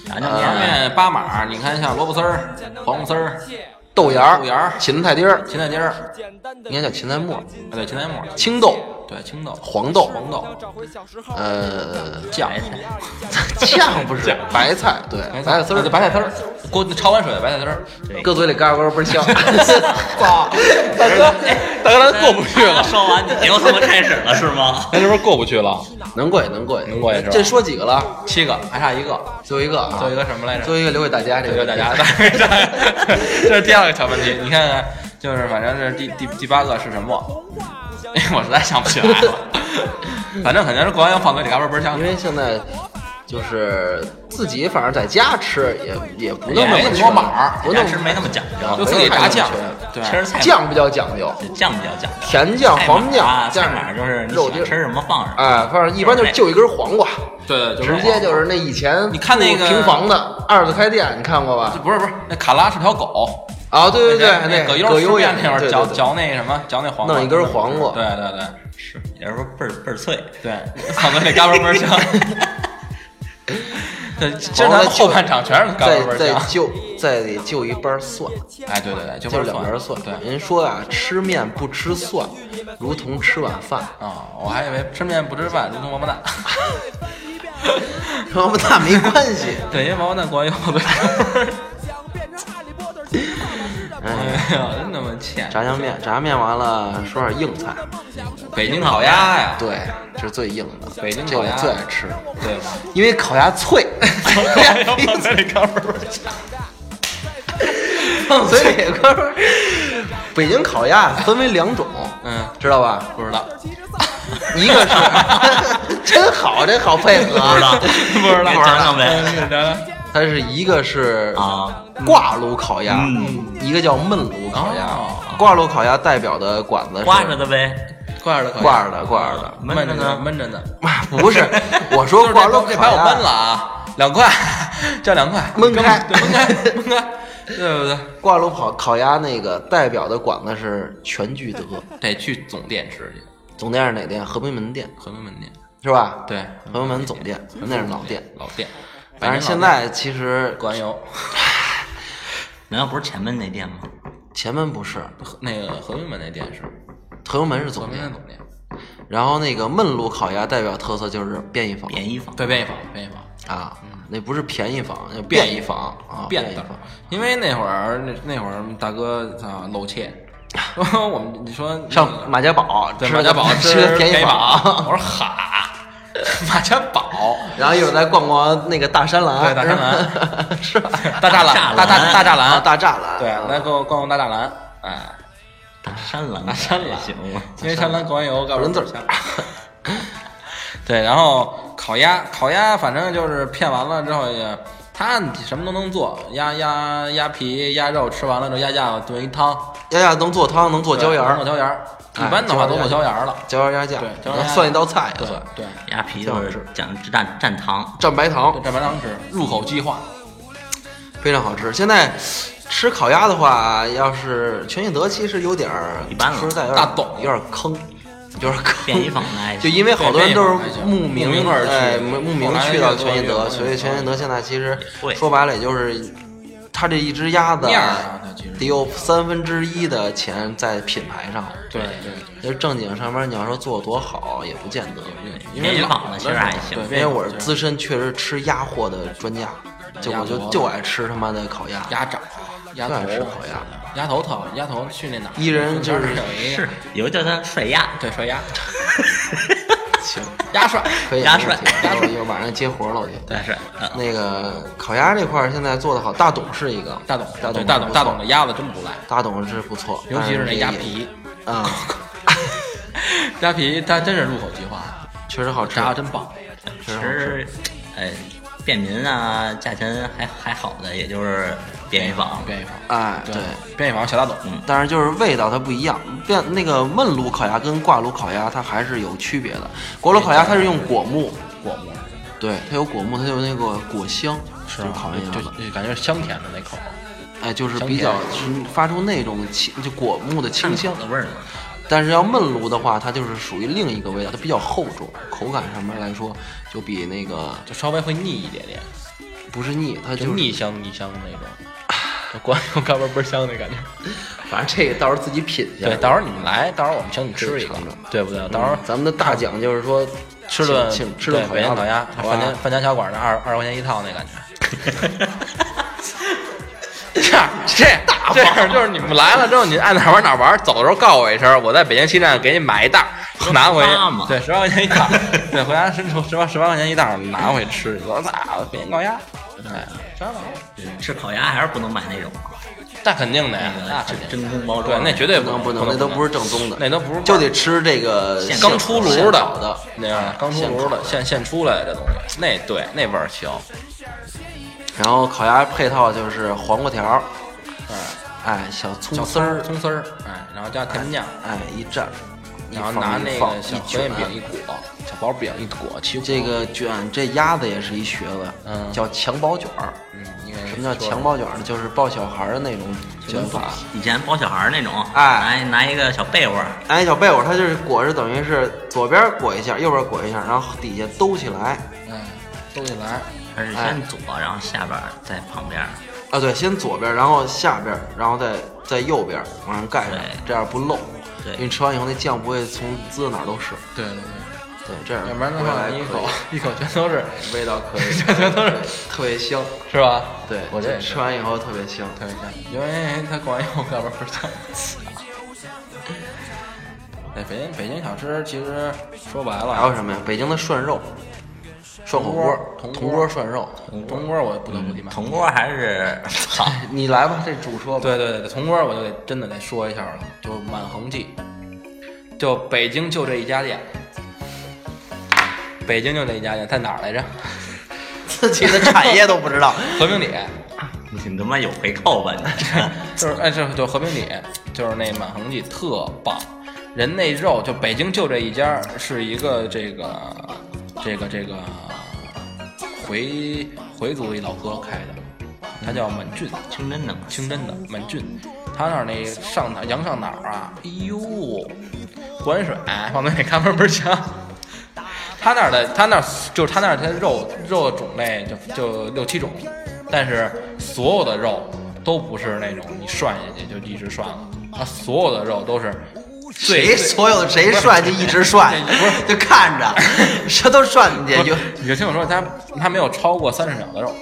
Speaker 3: 炸酱
Speaker 1: 炸酱
Speaker 3: 面啊
Speaker 1: 面八码，你看像萝卜丝儿、黄瓜丝儿、
Speaker 2: 豆芽儿、
Speaker 1: 豆芽儿
Speaker 2: 芹菜丁儿、
Speaker 1: 芹菜丁儿，
Speaker 2: 应该叫芹菜末、
Speaker 1: 啊对，芹菜末，
Speaker 2: 青豆、
Speaker 1: 对，青豆、
Speaker 2: 黄豆、
Speaker 1: 黄豆、
Speaker 2: 呃，
Speaker 1: 酱、
Speaker 4: 啊
Speaker 2: 酱不是白菜，对，白菜丝
Speaker 1: 啊对
Speaker 2: 儿，
Speaker 1: 白菜丝儿，锅焯完水的白菜丝儿。
Speaker 3: 对
Speaker 2: 搁嘴里嘎嘣嘣香。操，
Speaker 1: 大哥，大哥，咱过不去了，
Speaker 3: 说完你又他妈开始了是吗？
Speaker 1: 咱是不是过不去了？
Speaker 2: 能过也能过也
Speaker 1: 能过也是吧
Speaker 2: 这说几个了？
Speaker 1: 七个，还差一个，
Speaker 2: 最后一个啊，
Speaker 1: 最后一个什么来着
Speaker 2: 最后一个留给大家，这
Speaker 1: 留给
Speaker 2: 个
Speaker 1: 大家。 这是第二个小问题，你看看，就是反正是第第第八个是什么？哎我实在想不起来了。反正肯定是国王要放嘴里嘎嘣嘣香
Speaker 2: 因，为现在就是自己，反正在家吃也也不那么
Speaker 1: 也没
Speaker 2: 那么
Speaker 1: 多码儿
Speaker 2: 不
Speaker 3: 家
Speaker 2: 那
Speaker 3: 吃
Speaker 2: 么
Speaker 3: 没那么讲究，
Speaker 1: 就自己炸酱。对，
Speaker 3: 其实菜
Speaker 2: 酱比较讲究，
Speaker 3: 酱比较讲究，
Speaker 2: 甜酱、
Speaker 3: 菜码
Speaker 2: 黄
Speaker 3: 啊
Speaker 2: 酱、酱
Speaker 3: 菜码就是你喜
Speaker 2: 肉
Speaker 3: 欢
Speaker 2: 丁
Speaker 3: 吃
Speaker 2: 儿，
Speaker 3: 什么放什么。
Speaker 2: 哎，反正一般就就一根黄瓜，
Speaker 1: 对对，
Speaker 2: 直接就是那以前
Speaker 1: 你看那个
Speaker 2: 住平房的二次开店，你看过吧？
Speaker 1: 不是不是，那卡拉是条狗，
Speaker 2: 啊，对对
Speaker 1: 那
Speaker 2: 对，
Speaker 1: 葛
Speaker 2: 那
Speaker 1: 优
Speaker 2: 优
Speaker 1: 吃
Speaker 2: 呀
Speaker 1: 面，那会儿
Speaker 2: 对
Speaker 1: 嚼
Speaker 2: 对对
Speaker 1: 嚼那什么，嚼那黄瓜，
Speaker 2: 弄一根黄瓜
Speaker 1: 对对对
Speaker 3: 是，有时候倍儿倍儿脆。
Speaker 1: 对，放嘴里嘎嘣嘣香。 对，其实咱们后半场全是嘎嘣
Speaker 2: 再
Speaker 1: 嘣
Speaker 2: 再
Speaker 1: 香。
Speaker 2: 就再得就一瓣蒜，
Speaker 1: 哎，对对对，就
Speaker 2: 就
Speaker 1: 不
Speaker 2: 两边蒜
Speaker 1: 蒜。。对
Speaker 2: 人说啊，吃面不吃蒜，如同吃晚饭。
Speaker 1: 啊，我还以为吃面不吃饭，如同王八蛋。
Speaker 2: 和我们那没关系。
Speaker 1: 对，因为王八蛋过完以后嘴 里。
Speaker 2: 哎，
Speaker 1: 哎呦，真他妈欠！
Speaker 2: 炸酱面，炸酱面完了，说点硬菜。
Speaker 1: 北京烤鸭呀，
Speaker 2: 对，这是最硬的，
Speaker 1: 北京
Speaker 2: 这
Speaker 1: 烤
Speaker 2: 我
Speaker 1: 鸭
Speaker 2: 最爱吃，
Speaker 1: 对吧？
Speaker 2: 因为烤鸭脆， 烤
Speaker 3: 哎
Speaker 2: 鸭皮
Speaker 1: 放嘴里嘎嘣嘣香。
Speaker 2: 放嘴里哥们儿。北京烤鸭分为两种，
Speaker 1: 嗯，
Speaker 2: 知道吧？
Speaker 1: 不知道，
Speaker 2: 一个是， 真好，这好配合
Speaker 3: 不知道
Speaker 2: 啊。，
Speaker 1: 不知道，
Speaker 3: 给讲讲呗。
Speaker 1: 嗯聊聊
Speaker 2: 它是一个是
Speaker 3: 啊
Speaker 2: 挂炉烤鸭，
Speaker 3: 嗯
Speaker 2: 一个叫焖炉烤鸭
Speaker 1: 哦。
Speaker 2: 挂炉烤鸭代表的馆子是
Speaker 3: 挂着的呗，
Speaker 1: 挂着的，
Speaker 2: 挂着的，挂着的。啊
Speaker 1: 闷
Speaker 3: 闷着
Speaker 1: 着
Speaker 3: 呢
Speaker 1: 闷着 呢。
Speaker 2: 不是，我说
Speaker 1: 就是
Speaker 2: 挂
Speaker 1: 这
Speaker 2: 炉
Speaker 1: 包
Speaker 2: 烤
Speaker 1: 这
Speaker 2: 鸭，
Speaker 1: 牌我闷了啊，两块， 叫两块，
Speaker 2: 闷开
Speaker 1: 对闷开，闷开，对不对？
Speaker 2: 挂炉烤烤鸭那个代表的馆子是全聚 德，
Speaker 1: 得去总店吃去，
Speaker 2: 总店是哪店？和平门店
Speaker 1: 和平门店，
Speaker 2: 是吧？，
Speaker 1: 对，
Speaker 2: 和平门总店，那是老店。
Speaker 1: 老店。
Speaker 2: 但是现在其实
Speaker 1: 管油，
Speaker 3: 难道不是前门那店吗？
Speaker 2: 前门不是，
Speaker 1: 那个和平门那店是
Speaker 2: 和平门是
Speaker 1: 和
Speaker 2: 总
Speaker 1: 平门
Speaker 2: 店。
Speaker 1: 总店，
Speaker 2: 然后那个焖炉烤鸭代表特色就是便宜坊
Speaker 3: 便宜坊。
Speaker 1: 对，便宜坊，便宜坊。
Speaker 2: 啊，那不是便宜坊，叫
Speaker 1: 便宜
Speaker 2: 宜坊啊，
Speaker 1: 变
Speaker 2: 便宜
Speaker 1: 的
Speaker 2: 坊。，
Speaker 1: 因为那会儿那那会儿大哥啊露 怯，说我们你说
Speaker 2: 上马家堡
Speaker 1: 对
Speaker 2: 吃
Speaker 1: 马家堡
Speaker 2: 吃
Speaker 1: 便
Speaker 2: 便
Speaker 1: 宜
Speaker 2: 宜
Speaker 1: 坊，
Speaker 2: 坊，
Speaker 1: 我说哈， 马家堡，
Speaker 2: 然后一会儿再逛逛那个大山栏，
Speaker 1: 对大山
Speaker 2: 栏 是吧？
Speaker 1: 大栅栏，大大大栅
Speaker 2: 啊
Speaker 1: 栏，
Speaker 2: 大栅栏，
Speaker 1: 对，来
Speaker 2: 啊
Speaker 1: 给我逛逛大栅栏，哎，
Speaker 3: 大山栏，
Speaker 1: 大山
Speaker 2: 哎
Speaker 1: 栏
Speaker 3: 行吗？
Speaker 1: 因为山栏逛完以后，告诉
Speaker 2: 人字儿
Speaker 1: 香。 对，然后烤鸭，烤鸭反正就是片完了之后也，它什么都能做，鸭鸭鸭皮、鸭肉吃完了之后，鸭架子炖一汤，
Speaker 2: 丫丫嗯能做汤，能做椒盐
Speaker 1: 对能做，
Speaker 2: 儿
Speaker 1: 椒盐儿，
Speaker 2: 哎
Speaker 1: 一般的话都做
Speaker 2: 椒
Speaker 1: 椒
Speaker 2: 哎
Speaker 1: 盐儿了，
Speaker 2: 椒盐鸭架，
Speaker 1: 对椒盐
Speaker 2: 能
Speaker 1: 鸭架
Speaker 2: 算一道菜也
Speaker 1: 对
Speaker 2: 算，
Speaker 1: 对，
Speaker 3: 鸭皮
Speaker 2: 挺好
Speaker 3: 就是
Speaker 2: 吃
Speaker 3: 讲蘸蘸糖，
Speaker 2: 蘸白糖
Speaker 1: 就，蘸白糖吃，入口即化。
Speaker 2: 非常好吃。现在吃烤鸭的话，要是全聚德其实有点儿，
Speaker 3: 一般了
Speaker 2: 说实在有点
Speaker 1: 大
Speaker 2: 儿
Speaker 1: 董
Speaker 2: 有点儿坑，有点儿坑。
Speaker 3: 便宜坊的爱
Speaker 2: 就
Speaker 3: 情。
Speaker 2: 因为好多人都是慕
Speaker 1: 哎对慕名而去
Speaker 2: 哎，慕慕名去到全聚
Speaker 1: 后来越多越多
Speaker 2: 德，所以全聚德现在其实
Speaker 3: 贵
Speaker 2: 说白了也就是，他这一只鸭子
Speaker 1: 面儿啊它其实
Speaker 2: 得有三分之一的钱在品牌上。
Speaker 1: 对对对，
Speaker 2: 就是正经上面，你要说做得多好也不见得，
Speaker 1: 因
Speaker 3: 便
Speaker 1: 为
Speaker 3: 宜
Speaker 1: 老
Speaker 3: 坊的其实还行
Speaker 1: 对
Speaker 2: 因为我是
Speaker 1: 自
Speaker 2: 自身确实吃鸭货的专家，就我就
Speaker 1: 鸭脖子
Speaker 2: 就爱吃他妈的烤鸭，
Speaker 1: 鸭掌、鸭头
Speaker 2: 就爱吃烤鸭。
Speaker 1: 鸭头疼，鸭头去那哪儿？
Speaker 2: 一人就是
Speaker 1: 有一
Speaker 3: 是有个叫它甩鸭，
Speaker 1: 对涮鸭，行，鸭涮
Speaker 2: 可以，
Speaker 3: 鸭
Speaker 2: 没问
Speaker 3: 涮
Speaker 2: 题
Speaker 3: 鸭
Speaker 2: 我就马上接活了，我就。
Speaker 3: 但是呃
Speaker 2: 那个烤鸭这块儿现在做的好，大董是一个，
Speaker 1: 大董，
Speaker 2: 大
Speaker 1: 对
Speaker 2: 董
Speaker 1: 大董，
Speaker 2: 不错哎
Speaker 1: 大董的鸭子真不赖，
Speaker 2: 大董是不错，
Speaker 1: 尤其是那鸭
Speaker 2: 但也
Speaker 1: 皮，
Speaker 2: 啊，
Speaker 1: 鸭皮它真是入口即化，
Speaker 2: 确实好吃
Speaker 1: 炸，的真棒。
Speaker 3: 其实呃，便民啊，价钱还还好的，也就是便宜坊。
Speaker 1: 便宜坊，
Speaker 2: 哎对，
Speaker 1: 便宜坊小大董，
Speaker 2: 但是就是味道它不一样，变那个焖炉烤鸭跟挂炉烤鸭它还是有区别的。锅炉烤鸭它是用果木，
Speaker 1: 果木
Speaker 2: 对，它有果木，它有那个果香，
Speaker 1: 是
Speaker 2: 就烤
Speaker 1: 好
Speaker 2: 完鸭
Speaker 1: 就
Speaker 2: 子，
Speaker 1: 就感觉香甜的那口，
Speaker 2: 哎，就是
Speaker 1: 香
Speaker 2: 比
Speaker 1: 甜
Speaker 2: 较是发出那种清就果木的清香。
Speaker 1: 嗯
Speaker 3: 的味儿呢，
Speaker 2: 但是要焖炉的话，它就是属于另一个味道，它比较厚重，口感上面来说就比那个
Speaker 1: 就稍微会腻一点点，
Speaker 2: 不是腻，它
Speaker 1: 就
Speaker 2: 就是
Speaker 1: 腻香腻香的那种，就光用干巴嘣香的感觉。
Speaker 2: 反正这个到时候自己品去。
Speaker 1: 对，到时候你们来，到时候我们请你吃一个
Speaker 2: 尝尝，
Speaker 1: 对不对？到时候
Speaker 2: 嗯咱们的大奖就是说
Speaker 1: 吃顿
Speaker 2: 请请吃
Speaker 1: 对
Speaker 2: 顿烤
Speaker 1: 北
Speaker 2: 鸭
Speaker 1: 京
Speaker 2: 吧，
Speaker 1: 烤鸭，
Speaker 2: 好吧
Speaker 1: 范家范家小馆的二二十块钱一套那感 觉。这样，这大这样就是你们来了之后，你爱哪玩哪玩，走的时候告诉我一声，我在北京西站给你买一袋儿，拿回
Speaker 3: 发嘛
Speaker 1: 对十八块钱一袋 儿，对，回家伸出十八十八块钱一袋儿拿回去吃，我操，北京烤鸭，哎，啥玩意儿？
Speaker 3: 吃烤鸭还是不能买那种，
Speaker 1: 那肯定的呀，哎那
Speaker 3: 那
Speaker 1: 肯
Speaker 3: 真
Speaker 1: 定，
Speaker 3: 真空包
Speaker 1: 对
Speaker 3: 装，，
Speaker 1: 那绝对
Speaker 2: 嗯不能
Speaker 1: 不
Speaker 2: 不能，那都不
Speaker 1: 是，
Speaker 2: 是正宗的，
Speaker 1: 那都不是
Speaker 2: 就得吃这个
Speaker 3: 现
Speaker 1: 刚出炉
Speaker 2: 现
Speaker 1: 的
Speaker 2: 烤的。
Speaker 1: 那样的，刚出炉的，现现出来的这东西，那对那味儿行。
Speaker 2: 然后烤鸭配套就是黄瓜条儿，哎，小
Speaker 1: 小
Speaker 2: 葱丝
Speaker 1: 葱
Speaker 2: 儿，
Speaker 1: 葱丝儿，哎，然后加甜面酱，
Speaker 2: 哎，一蘸，一
Speaker 1: 然后
Speaker 2: 放
Speaker 1: 拿
Speaker 2: 一
Speaker 1: 那
Speaker 2: 放
Speaker 1: 个小
Speaker 2: 一啊
Speaker 1: 荷叶
Speaker 2: 卷
Speaker 1: 饼一裹，小薄饼一裹，其实
Speaker 2: 这个卷这鸭子也是一学问，
Speaker 1: 嗯
Speaker 2: 叫强包卷儿。
Speaker 1: 嗯，应该
Speaker 2: 什么叫强包卷儿呢？就是抱小孩儿的那种卷法。
Speaker 3: 以前包小孩儿那种，
Speaker 2: 哎
Speaker 3: 拿拿一个小被窝，
Speaker 2: 哎，小被窝它就是裹是等于是左边儿裹一下，右边儿裹一下，然后底下兜起来。
Speaker 1: 嗯，都得来，
Speaker 3: 它是先左，然后下边儿在旁边儿，
Speaker 2: 啊，对，先左边儿，然后下边儿，然后再再右边儿往上盖上
Speaker 3: 对，
Speaker 2: 这样不漏。
Speaker 3: 对
Speaker 2: 因为吃完以后那酱不会从滋哪儿都是。
Speaker 1: 对对对，
Speaker 2: 对，这样
Speaker 1: 要不然的
Speaker 2: 回
Speaker 1: 话
Speaker 2: 来
Speaker 1: 一
Speaker 2: 可
Speaker 1: 口
Speaker 2: 以
Speaker 1: 一口全都是，
Speaker 2: 味道可 以，
Speaker 1: 全都是，
Speaker 2: 特别香。
Speaker 1: 是吧？
Speaker 2: 对，
Speaker 1: 我这也是
Speaker 2: 吃完以后特别香。
Speaker 1: 特别香，因为它光用干巴不香。对，啊哎北京北京小吃其实说白了，
Speaker 2: 还有什么呀？北京的涮肉、涮火锅、
Speaker 1: 铜锅
Speaker 2: 铜锅涮肉。
Speaker 1: 铜锅我不得
Speaker 2: 嗯
Speaker 1: 不提买。
Speaker 3: 嗯铜锅还是操，
Speaker 2: 你来吧，这主说吧。
Speaker 1: 对对对，铜锅我就得真的得说一下了，就满恒记，就北京就这一家店，北京就这一家店，在哪儿来着？
Speaker 2: 自己的产业都不知道。
Speaker 1: 和平里，
Speaker 3: 你他妈有回扣吧你？
Speaker 1: 就是哎，这就和平里，就是那满恒记特棒，人那肉就北京就这一家是一个这个这个这个回回族一老哥开的，他叫满俊。
Speaker 3: 清真的吗？
Speaker 1: 清真的满俊，他那儿那上哪羊上脑啊？哎呦，管水往那里看门儿倍儿香。他那儿的他那儿就是他那儿的肉肉的种类就就六七种，但是所有的肉都不是那种你涮下去就一直涮了，他所有的肉都是最
Speaker 2: 谁所有谁涮就一直涮，就看 着，谁都涮进去
Speaker 1: 不
Speaker 2: 就是
Speaker 1: 你就听我说，它它没有超过三十秒的肉，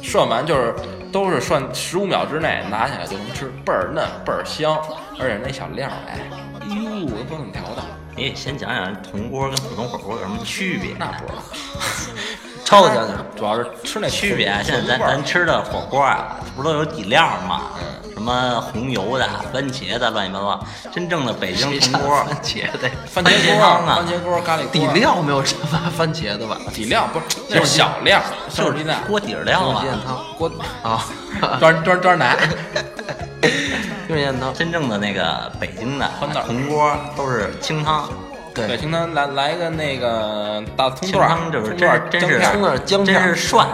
Speaker 1: 涮完就是都是涮十五秒之内拿哎起来就能吃，倍儿嫩倍儿香，而且那小料儿，哎，哟，都不用调的，
Speaker 3: 你得先讲讲铜锅跟普通火锅有什么区别。
Speaker 1: 那不知道，
Speaker 2: 超讲讲，
Speaker 1: 主要是吃那
Speaker 3: 区别啊，现在咱
Speaker 1: 味儿
Speaker 3: 咱吃的火锅啊，不都有底料吗？
Speaker 1: 嗯
Speaker 3: 什么红油的、番茄的，乱七八糟。真正的北京铜 锅，
Speaker 2: 番茄的，
Speaker 1: 啊番茄锅、
Speaker 3: 番茄汤啊
Speaker 1: 番茄锅、咖喱锅
Speaker 2: 底料没有什么 番茄的吧？
Speaker 1: 底料不是那是小料，西红柿鸡蛋
Speaker 3: 锅底料
Speaker 2: 牛肉
Speaker 3: 啊
Speaker 2: 鸡。蛋汤
Speaker 1: 锅
Speaker 2: 啊，
Speaker 1: 端端端奶，
Speaker 2: 牛肉鸡蛋汤，
Speaker 3: 真正的那个北京的
Speaker 1: 宽带儿
Speaker 3: 铜锅都是清汤，
Speaker 1: 对，
Speaker 2: 对，
Speaker 1: 清汤来来一个那个大葱
Speaker 3: 清
Speaker 1: 段儿，
Speaker 3: 汤就是
Speaker 1: 葱段儿
Speaker 3: 真真
Speaker 1: 姜
Speaker 3: 是
Speaker 1: 片儿
Speaker 2: 葱段儿姜片
Speaker 3: 真
Speaker 2: 儿
Speaker 3: 是涮，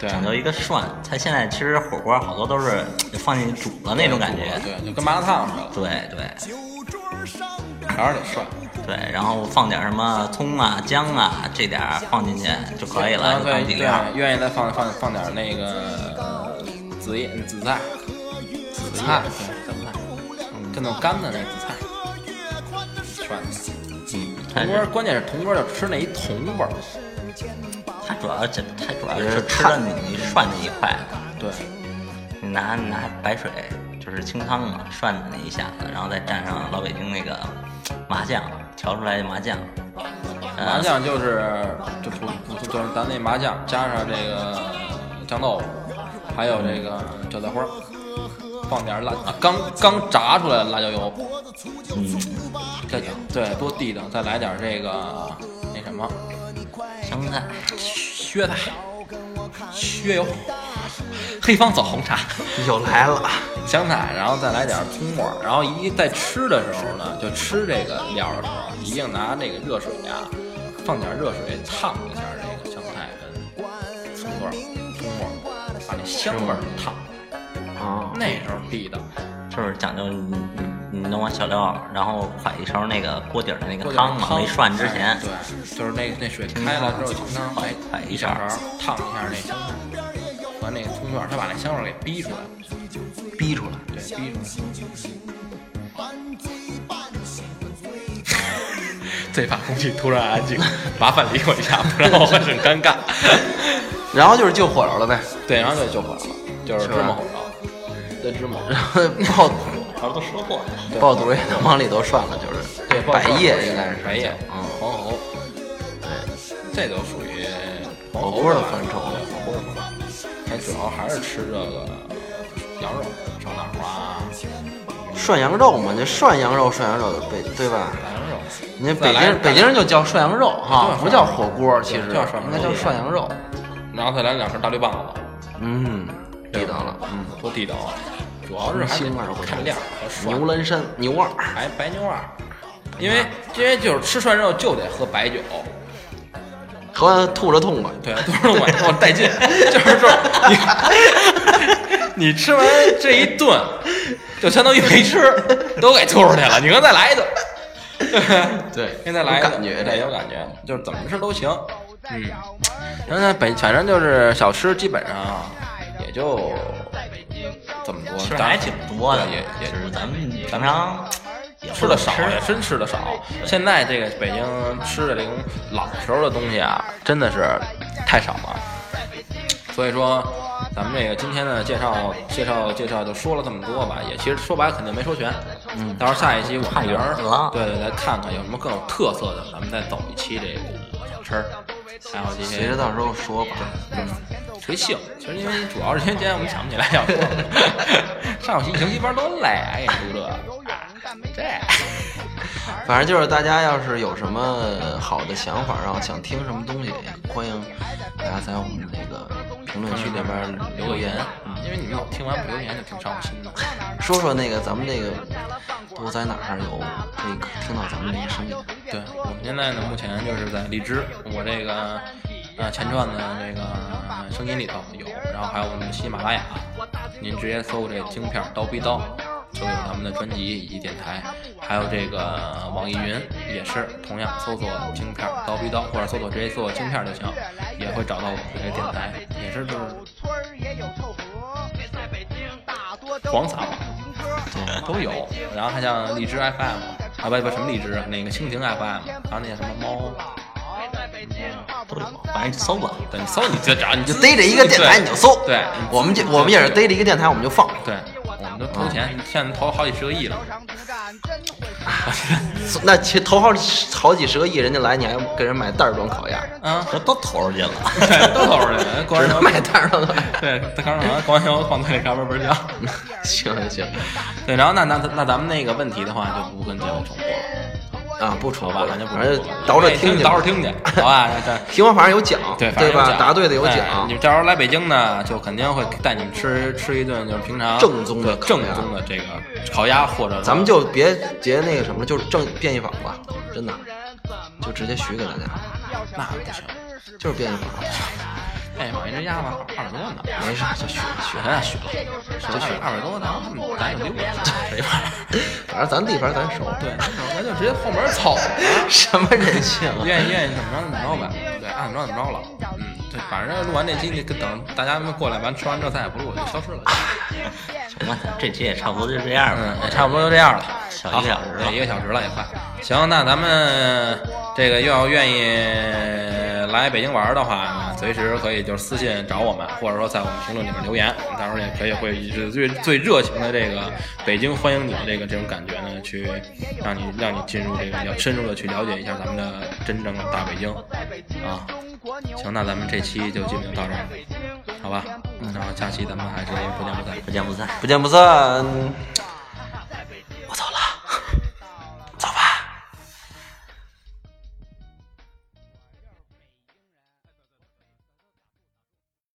Speaker 1: 对
Speaker 3: 讲究一个涮。它现在其实火锅好多都是就放进去煮了那种感觉，
Speaker 1: 对，就跟麻辣烫似
Speaker 3: 对对
Speaker 1: 的，还是得涮。
Speaker 3: 对，然后放点什么葱啊、姜啊，这点儿放进去就可以
Speaker 1: 啊
Speaker 3: 了，就
Speaker 1: 对
Speaker 3: 当底
Speaker 1: 对
Speaker 3: 料。，
Speaker 1: 愿意再放放放点那个紫叶嗯紫菜，紫菜对紫菜，就那种干的那紫菜，涮一下。
Speaker 3: 嗯，它
Speaker 1: 铜锅
Speaker 3: 是
Speaker 1: 儿关键是铜锅儿就吃那一铜味儿，
Speaker 3: 它主要这它主要是吃的你涮那一块，
Speaker 1: 对，啊
Speaker 3: 你拿拿白水就是清汤嘛涮那一下子，然后再蘸上老北京那个麻酱调出来的麻酱，呃
Speaker 1: 麻酱就是就普普通就是咱那麻酱加上这个酱豆腐，还有这个韭菜花儿，放点辣啊刚刚炸出来的辣椒油，
Speaker 3: 嗯，
Speaker 1: 再对多地道，再来点这个那什么
Speaker 3: 香菜。
Speaker 1: 靴菜、靴油、黑方枣红茶、
Speaker 2: 又来了，
Speaker 1: 香菜，然后再来点葱末儿，然后一在吃的时候呢，就吃这个料的时候，一定拿这个热水啊，放点热水烫一下这个香菜跟葱段儿、葱末儿，把那香味儿烫。
Speaker 2: 啊，
Speaker 1: 那时候地道，
Speaker 3: 就是讲究你你你弄完小料，然后蒯一勺那个锅底儿的那
Speaker 1: 锅
Speaker 3: 个
Speaker 1: 底
Speaker 3: 汤嘛，
Speaker 1: 汤
Speaker 3: 没涮之
Speaker 1: 哎，
Speaker 3: 前嗯
Speaker 1: 对，就是那那水开了之后，清汤
Speaker 3: 摆摆
Speaker 1: 一
Speaker 3: 一
Speaker 1: 小
Speaker 3: 勺
Speaker 1: 勺烫一下那香菜和那葱段儿，它把那香味儿给逼出来，
Speaker 2: 逼出来，
Speaker 1: 对， 逼出来。最怕空气突然安静， 麻烦理我一下，不然我会很尴尬。
Speaker 2: 然后就是救火了呗，
Speaker 1: 对，然后就救火了，就是芝麻火烧，对芝麻火烧，
Speaker 2: 然后 爆
Speaker 3: 好多说过，
Speaker 2: 爆肚也能往里头涮了，就是
Speaker 1: 对，
Speaker 2: 百叶应该是
Speaker 1: 百叶，
Speaker 2: 嗯，
Speaker 1: 黄喉，对，这都属于黄
Speaker 2: 火锅的
Speaker 1: 吧
Speaker 2: 范畴
Speaker 1: 对，火锅的范畴。它主要还是吃这个羊肉、烧脑啊，
Speaker 2: 涮羊肉嘛，就涮羊肉，涮羊肉北对吧？
Speaker 1: 大羊肉。
Speaker 2: 人家
Speaker 1: 再
Speaker 2: 北
Speaker 1: 来
Speaker 2: 京北京人就叫涮羊肉哈，不叫火锅，其实
Speaker 1: 对叫涮羊
Speaker 2: 应
Speaker 1: 肉
Speaker 2: 该叫涮羊肉。
Speaker 1: 然后再来两根大绿棒子，
Speaker 2: 嗯，地道了，
Speaker 1: 嗯，多地道啊！主要是还
Speaker 2: 腥味儿
Speaker 1: 得
Speaker 2: 会
Speaker 1: 看量和涮
Speaker 2: 牛嗯栏山牛二，
Speaker 1: 白白牛二，因为因为就是吃涮肉就得喝白酒，
Speaker 2: 喝完吐着痛快。
Speaker 1: 对，啊都是我我带 劲，就是说你 你吃完这一顿，就相当于没吃，都给吐出去了，你能再来一顿，
Speaker 2: 对
Speaker 1: 现在来一
Speaker 2: 有
Speaker 1: 顿
Speaker 2: 感
Speaker 1: 对
Speaker 2: 觉这
Speaker 1: 有
Speaker 2: 个。
Speaker 1: 感觉，就是怎么吃都行，嗯，然后在北反正就是小吃基本上也就怎么说，
Speaker 3: 吃
Speaker 1: 咱
Speaker 3: 还挺多的，
Speaker 1: 对也也
Speaker 3: 就是咱们平常也不
Speaker 1: 吃的少
Speaker 3: 吃
Speaker 1: 呀，真吃的少。现在这个北京吃的这种老时候的东西啊，真的是太少了。所以说，咱们这个今天的介绍介绍介绍就说了这么多吧，也其实说白了肯定没说全。嗯，到时候下一期我
Speaker 3: 太
Speaker 1: 们
Speaker 3: 远了
Speaker 1: 对对，来看看有什么更有特色的，咱们再走一期这个小吃，还有这
Speaker 2: 随
Speaker 1: 些
Speaker 2: 着到时候说吧，
Speaker 1: 随性。其实因为主要是因为今天我们想不起来要说了， 上期行一班都累，哎，你读这。哎
Speaker 2: 反正就是大家要是有什么好的想法，然后想听什么东西，也欢迎大家在我们那个评论区里边
Speaker 1: 留
Speaker 2: 留
Speaker 1: 个言
Speaker 2: 言，，嗯
Speaker 1: 因为你们老听完不留言就挺伤心的。
Speaker 2: 说说那个咱们这个都在哪儿有可以听到咱们这个声音。
Speaker 1: 对我们现在呢，目前就是在荔枝，我这个呃前传的这个呃声音里头有，然后还有我们的喜马拉雅，您直接搜这京片儿刀逼刀。就有咱们的专辑以及电台，还有这个呃网易云也是同样搜索“京片儿刀逼刀”或者搜索直接搜索“京片儿”就行，也会找到我们这个电台，也是就是
Speaker 5: 村儿也有凑合，在北京大多都
Speaker 1: 广撒网 都有，然后还像荔枝 FM 啊，不不什么荔枝，那个蜻蜓 FM，还有那个什么猫，
Speaker 3: 都有，反正搜吧。
Speaker 1: 对你搜你就找，你
Speaker 2: 就逮着一个电台你就搜，
Speaker 1: 对
Speaker 2: 我们就我们也是逮着一个电台我们就放，
Speaker 1: 对，我们都投钱，现在投好几十个亿了，
Speaker 5: 独占真会说。
Speaker 2: 那其头号好几十个亿，人家来你还给人买袋儿装烤鸭，
Speaker 1: 啊，
Speaker 3: 这都投出去了。
Speaker 1: 对， 都走出去了，光
Speaker 2: 只
Speaker 1: 完油
Speaker 2: 能买袋儿装烤鸭。
Speaker 1: 对，刚说完光完油放嘴里嘎嘣嘣叫。
Speaker 2: 行 行行
Speaker 1: 对，然后那那那咱们那个问题的话，就不跟节目重播了。
Speaker 2: 啊，不重
Speaker 1: 好吧，
Speaker 2: 播了，
Speaker 1: 咱就不
Speaker 2: 反正
Speaker 1: 重播了
Speaker 2: 倒着
Speaker 1: 哎
Speaker 2: 听去
Speaker 1: 倒
Speaker 2: 吧
Speaker 1: 着。听去，好吧？咱
Speaker 2: 平房反正有奖，
Speaker 1: 对
Speaker 2: 对
Speaker 1: 反正有
Speaker 2: 吧？
Speaker 1: 奖
Speaker 2: 答对的有奖。
Speaker 1: 哎你们到时候来北京呢，就肯定会带你们吃吃一顿，就是平常
Speaker 2: 正宗
Speaker 1: 对
Speaker 2: 的烤
Speaker 1: 正
Speaker 2: 鸭
Speaker 1: 宗的这个烤鸭，或者
Speaker 2: 咱们就别别那个什么，就是正变一坊吧，真的，啊就直接许给大家，
Speaker 1: 那不行，
Speaker 2: 就是变一坊，
Speaker 1: 哎，买一只鸭吧，二百多呢，
Speaker 2: 没事就许
Speaker 1: 雪
Speaker 2: 许，
Speaker 1: 咱俩雪了，就雪二百多，咱们咱就溜了，谁玩儿？
Speaker 2: 反正咱地盘咱熟，
Speaker 1: 对，咱就直接后门走了。
Speaker 2: 什么人性啊？
Speaker 1: 愿意愿意怎么着怎么着呗，对，爱怎么着怎么着了。嗯，对，反正录完这期，你跟等大家们过来，完吃完这再也不录了，就消失了。
Speaker 3: 行吧，这期也差不多就这样
Speaker 1: 嗯，
Speaker 3: 吧
Speaker 1: 也。差不多就这样了，
Speaker 3: 小一个小时了
Speaker 1: 好对一个小时了也快。行，那咱们这个要愿意来北京玩的话呢，随时可以就是私信找我们，或者说在我们评论里面留言，到时候也可以会以最最热情的这个北京欢迎你的这个这种感觉呢，去让你让你进入这个要深入的去了解一下咱们的真正的大北京啊。行，那咱们这期就基本就到这儿，好吧？嗯，然后下期咱们还是不见不散。
Speaker 3: 不见不散。
Speaker 2: 不见不散。